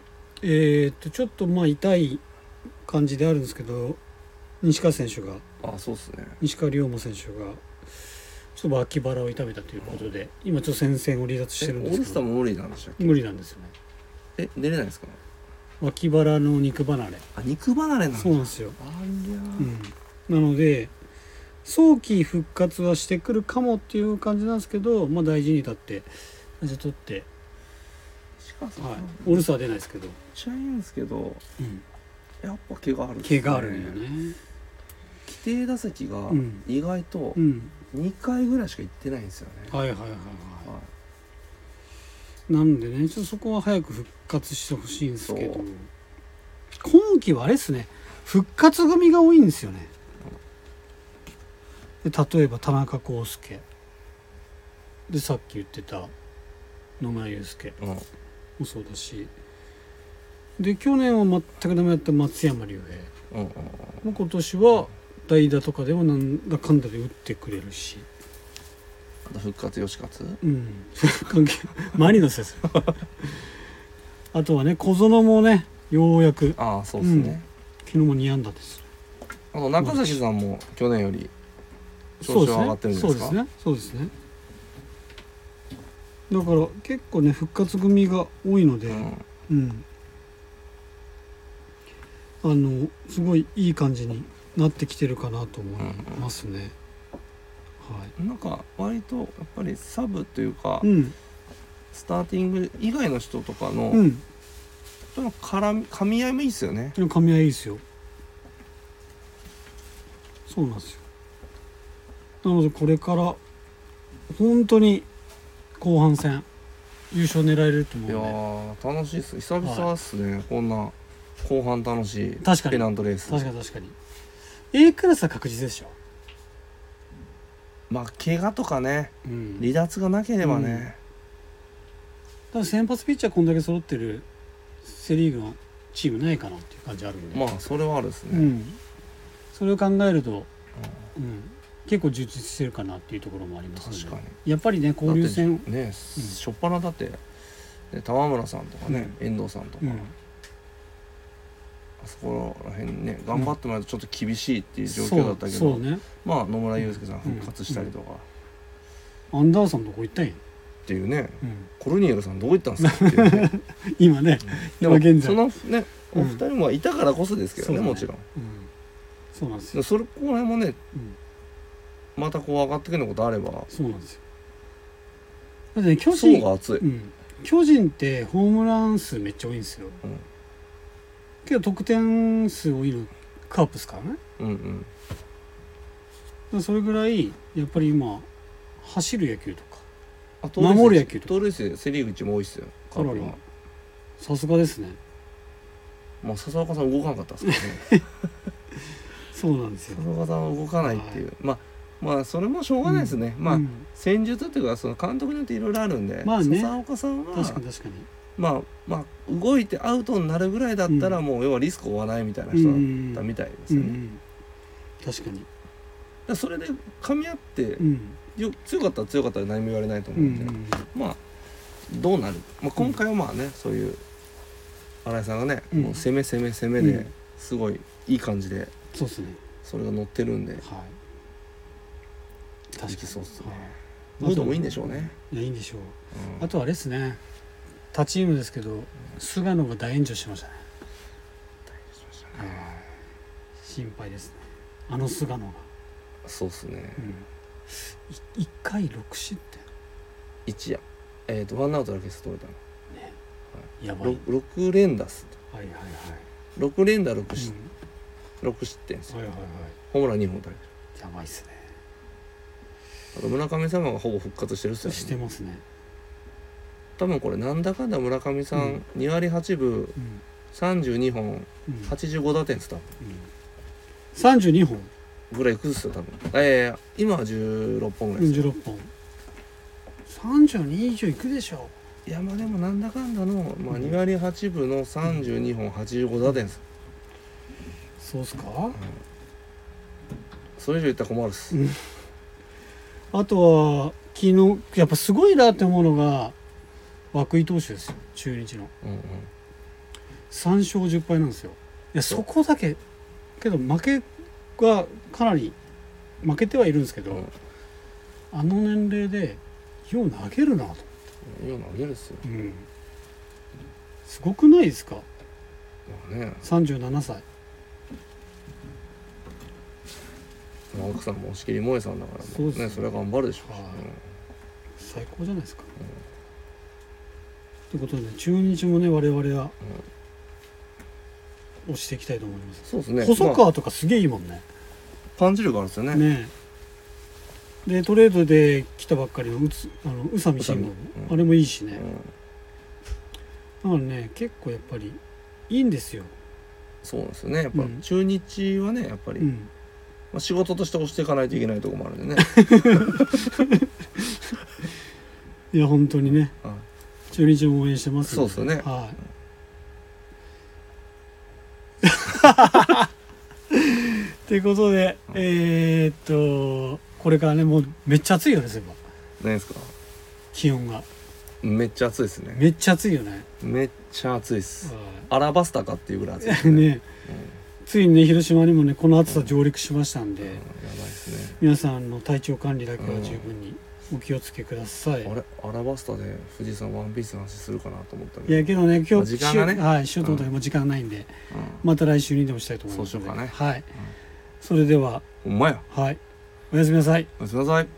Speaker 1: えーっとちょっとまあ痛い感じであるんですけど西川選手が
Speaker 2: あそうっすね
Speaker 1: 西川龍馬選手がちょっと脇腹を痛めたということで今ちょっと戦線を離脱し
Speaker 2: え
Speaker 1: てるん
Speaker 2: オ
Speaker 1: で
Speaker 2: ール
Speaker 1: す
Speaker 2: ス
Speaker 1: け
Speaker 2: ター
Speaker 1: ど
Speaker 2: も無理なんでしたっけ
Speaker 1: 無理なんですよね
Speaker 2: え出れないですか
Speaker 1: 脇腹の肉離れ
Speaker 2: あ肉離れなんだ
Speaker 1: そうなんですよ、
Speaker 2: ありゃ
Speaker 1: うん、なので早期復活はしてくるかもっていう感じなんですけど、まあ、大事に立って大事に取って、
Speaker 2: しかさん、
Speaker 1: は、
Speaker 2: はい
Speaker 1: オールスター出ないですけど、
Speaker 2: めっちゃいいんですけど
Speaker 1: うん、
Speaker 2: やっぱ怪我あるっす
Speaker 1: 怪我あるんよね、
Speaker 2: 規定打席が
Speaker 1: うん
Speaker 2: 意外と
Speaker 1: うん、
Speaker 2: 2回ぐらいしか行ってないんですよね、
Speaker 1: はいはいはいは
Speaker 2: はい
Speaker 1: いなのでねちょっとそこは早く復活してほしいんですけど
Speaker 2: そう
Speaker 1: 今季はあれですね復活組が多いんですよねで例えば田中康介でさっき言ってた野村祐介
Speaker 2: うん、
Speaker 1: もそうだしで去年は全くダメだった松山竜平
Speaker 2: うんうんうん
Speaker 1: もう今年は代打とかでもなんだかんだで打ってくれるし、
Speaker 2: あと復活吉勝
Speaker 1: うん、関係マリノスですよあとはね小園もねようやく
Speaker 2: ああそうですね、
Speaker 1: 昨日も2安打です
Speaker 2: あと中崎さんも去年より
Speaker 1: そ
Speaker 2: 調
Speaker 1: う
Speaker 2: 子は上がってるんじゃないですか
Speaker 1: ねそうですねそうですねだから結構ね復活組が多いので、
Speaker 2: うん
Speaker 1: うん、あのすごいいい感じになってきてるかなと思いますね。はい。
Speaker 2: なんか割とやっぱりサブというか、
Speaker 1: うん
Speaker 2: スターティング以外の人とかの、
Speaker 1: うん。
Speaker 2: との絡み噛み合いもいいですよね
Speaker 1: でも噛み合いいいですよ。そうなんですよ。なのでこれから本当に後半戦優勝狙えると思
Speaker 2: いうや
Speaker 1: んで
Speaker 2: ー楽しいっす久々っすね、こんな後半楽しい
Speaker 1: 確かに
Speaker 2: ペナントレース
Speaker 1: 確かに確かに。A クラスは確実でしょ。
Speaker 2: まあ怪我とかね
Speaker 1: うん。
Speaker 2: 離脱がなければね、
Speaker 1: 多分先発ピッチャーこんだけ揃ってるセ・リーグのチームないかなっていう感じあるんで、
Speaker 2: まあそれはあるです
Speaker 1: う
Speaker 2: ね、
Speaker 1: ん、それを考えると、うん、結構充実してるかなっていうところもありますので
Speaker 2: 確か
Speaker 1: やっぱりね交流戦
Speaker 2: だってね、初っ端だって、ね、玉村さんとかね、遠藤さんとか、
Speaker 1: うん
Speaker 2: あそこら辺ね頑張ってもらうとちょっと厳しいっていう状況だったけど、
Speaker 1: そうそうね
Speaker 2: まあ野村祐介さん復活したりとかっ
Speaker 1: アンダーソンどこ行ったんや、
Speaker 2: ていうね、
Speaker 1: うん、
Speaker 2: コルニエルさんどこ行ったんですかっていうね
Speaker 1: 今ね、
Speaker 2: でも
Speaker 1: 今現在
Speaker 2: そのね
Speaker 1: うん
Speaker 2: お二人もいたからこそですけど
Speaker 1: そ
Speaker 2: ね、
Speaker 1: うだね
Speaker 2: もちろん
Speaker 1: うん、そうなんです
Speaker 2: で
Speaker 1: よ、
Speaker 2: もそれここら辺もね
Speaker 1: うん、
Speaker 2: またこう上がってくるようなことあれば
Speaker 1: そうなんですよだってね巨
Speaker 2: 層
Speaker 1: 人
Speaker 2: が厚い、
Speaker 1: うん、巨人ってホームラン数めっちゃ多いんですよ、
Speaker 2: うん
Speaker 1: けど得点数多いのカープスからねだか
Speaker 2: うんうん
Speaker 1: らそれぐらいやっぱり今走る野球とか
Speaker 2: あ
Speaker 1: 守る野球とか
Speaker 2: 盗塁数セ・リーグ一も多いっすよカ
Speaker 1: あら
Speaker 2: ー
Speaker 1: ら
Speaker 2: プは
Speaker 1: さすがですね
Speaker 2: まあ笹岡さん動かなかったっ すけどね
Speaker 1: そうなんですよ
Speaker 2: 笹岡さんは動かないっていう、まあまあそれもしょうがないですね、まあ、
Speaker 1: うん
Speaker 2: 戦術っていうかその監督によっていろいろあるんで、
Speaker 1: まあね
Speaker 2: 笹岡さんは
Speaker 1: 確かに確かに
Speaker 2: まあまあ動いてアウトになるぐらいだったら
Speaker 1: う
Speaker 2: もう要はリスクを負わないみたいな
Speaker 1: うん
Speaker 2: 人
Speaker 1: う
Speaker 2: だっ
Speaker 1: ん
Speaker 2: たみたいです
Speaker 1: うんう
Speaker 2: よね、
Speaker 1: ん
Speaker 2: だか
Speaker 1: 確かに
Speaker 2: らそれで噛み合って
Speaker 1: うん
Speaker 2: よ強かったら強かったら何も言われないと思
Speaker 1: う
Speaker 2: うんで、
Speaker 1: ん
Speaker 2: まあどうなる、まあ、今回はまあね、そういう新井さんがね、
Speaker 1: うん
Speaker 2: もう攻め攻め攻め
Speaker 1: う
Speaker 2: で
Speaker 1: ん
Speaker 2: すごいいい感じで
Speaker 1: そうですね
Speaker 2: それが乗ってるんで、
Speaker 1: はい確か
Speaker 2: で
Speaker 1: に
Speaker 2: きそうっすね
Speaker 1: はい
Speaker 2: ムードもいいんでしょうね、
Speaker 1: いやいいんでしょう
Speaker 2: うん
Speaker 1: あとはあれですね他チームですけど菅野が大炎上しましたね心配ですねあの菅野が、
Speaker 2: そうっすね
Speaker 1: うん、1回6失
Speaker 2: 一夜えっ、とワンアウトだけです取れたの
Speaker 1: 点やばい
Speaker 2: ろ六連打っす
Speaker 1: はいはいはい、
Speaker 2: 六連打六失
Speaker 1: う
Speaker 2: 六失点っす
Speaker 1: ん、はいはいは
Speaker 2: ホームラン二本打たれてる
Speaker 1: いやばいっすね
Speaker 2: あと村上様がほぼ復活してるっすよ、ね、
Speaker 1: してますね、
Speaker 2: 多分これなんだかんだ村上さ
Speaker 1: うん
Speaker 2: ん二割八
Speaker 1: う
Speaker 2: 分
Speaker 1: ん
Speaker 2: 三十二本
Speaker 1: うんうん、
Speaker 2: 八十五打点っす多分
Speaker 1: 32本
Speaker 2: ぐらい崩すよ多分ええ今は16本ぐらいですよ、
Speaker 1: 46本32以上いくでしょ
Speaker 2: いやまあでもなんだかんだの、まあ、
Speaker 1: うん
Speaker 2: 2割8分の32本85打点です、
Speaker 1: そうっすか
Speaker 2: それ以上いったら困るっす、
Speaker 1: うんあとは昨日やっぱすごいなって思うのが涌井投手ですよ中日の
Speaker 2: うんうん
Speaker 1: 3勝10敗なんですよいやそこだけけど負けがかなり負けてはいるんですけど、
Speaker 2: うん
Speaker 1: あの年齢でよう投げるなと、
Speaker 2: いや投げるっすよ、
Speaker 1: うん、すごくないですか
Speaker 2: まあね
Speaker 1: 37歳
Speaker 2: まあ奥さんも押し切り萌えさんだから
Speaker 1: そうっすね
Speaker 2: ねそれは頑張るでしょうし、
Speaker 1: はい
Speaker 2: うん
Speaker 1: 最高じゃないですか、ということで中日もね我々は押していきたいと思います、
Speaker 2: そうですね
Speaker 1: 細
Speaker 2: まあ
Speaker 1: 川とかすげえいいもんね
Speaker 2: パンチ力あるっすよね
Speaker 1: ねえでトレードで来たばっかりのうつあの宇佐美慎吾も
Speaker 2: 宇佐美うん
Speaker 1: あれもいいし
Speaker 2: う
Speaker 1: ね、
Speaker 2: ん、
Speaker 1: だからね結構やっぱりいいんですよ、
Speaker 2: そうなんですよねやっぱ
Speaker 1: うん
Speaker 2: 中日はねやっぱり、
Speaker 1: うん、
Speaker 2: まあ、仕事として押していかないといけないところもあるんでね、
Speaker 1: いや本当にね
Speaker 2: はい
Speaker 1: 中日も応援してますん
Speaker 2: そうですよね
Speaker 1: はいということで、
Speaker 2: うん
Speaker 1: えーっとこれからねもうめっちゃ暑いよねそういえば
Speaker 2: ないですか
Speaker 1: 気温が
Speaker 2: めっちゃ暑いですね
Speaker 1: めっちゃ暑いよね、
Speaker 2: めっちゃ暑いっす
Speaker 1: は
Speaker 2: アラバスタかっていうぐらい暑いっす
Speaker 1: い ね
Speaker 2: ねうん
Speaker 1: ついにね広島にもねこの暑さ上陸しましたんで、
Speaker 2: やばいですね
Speaker 1: 皆さんの体調管理だけは十分にお気をつけください、
Speaker 2: あれアラバスタで富士山ワンピースの話するかなと思った
Speaker 1: い
Speaker 2: けど
Speaker 1: やけどね今
Speaker 2: まあ
Speaker 1: 日
Speaker 2: 時間がね
Speaker 1: しようはいしようと思ったけどもう時間ないんで、また来週にでもしたいと思いますので
Speaker 2: そうしようかね
Speaker 1: はい、それでは
Speaker 2: うんほんまや
Speaker 1: はいおやすみなさい
Speaker 2: おやすみなさい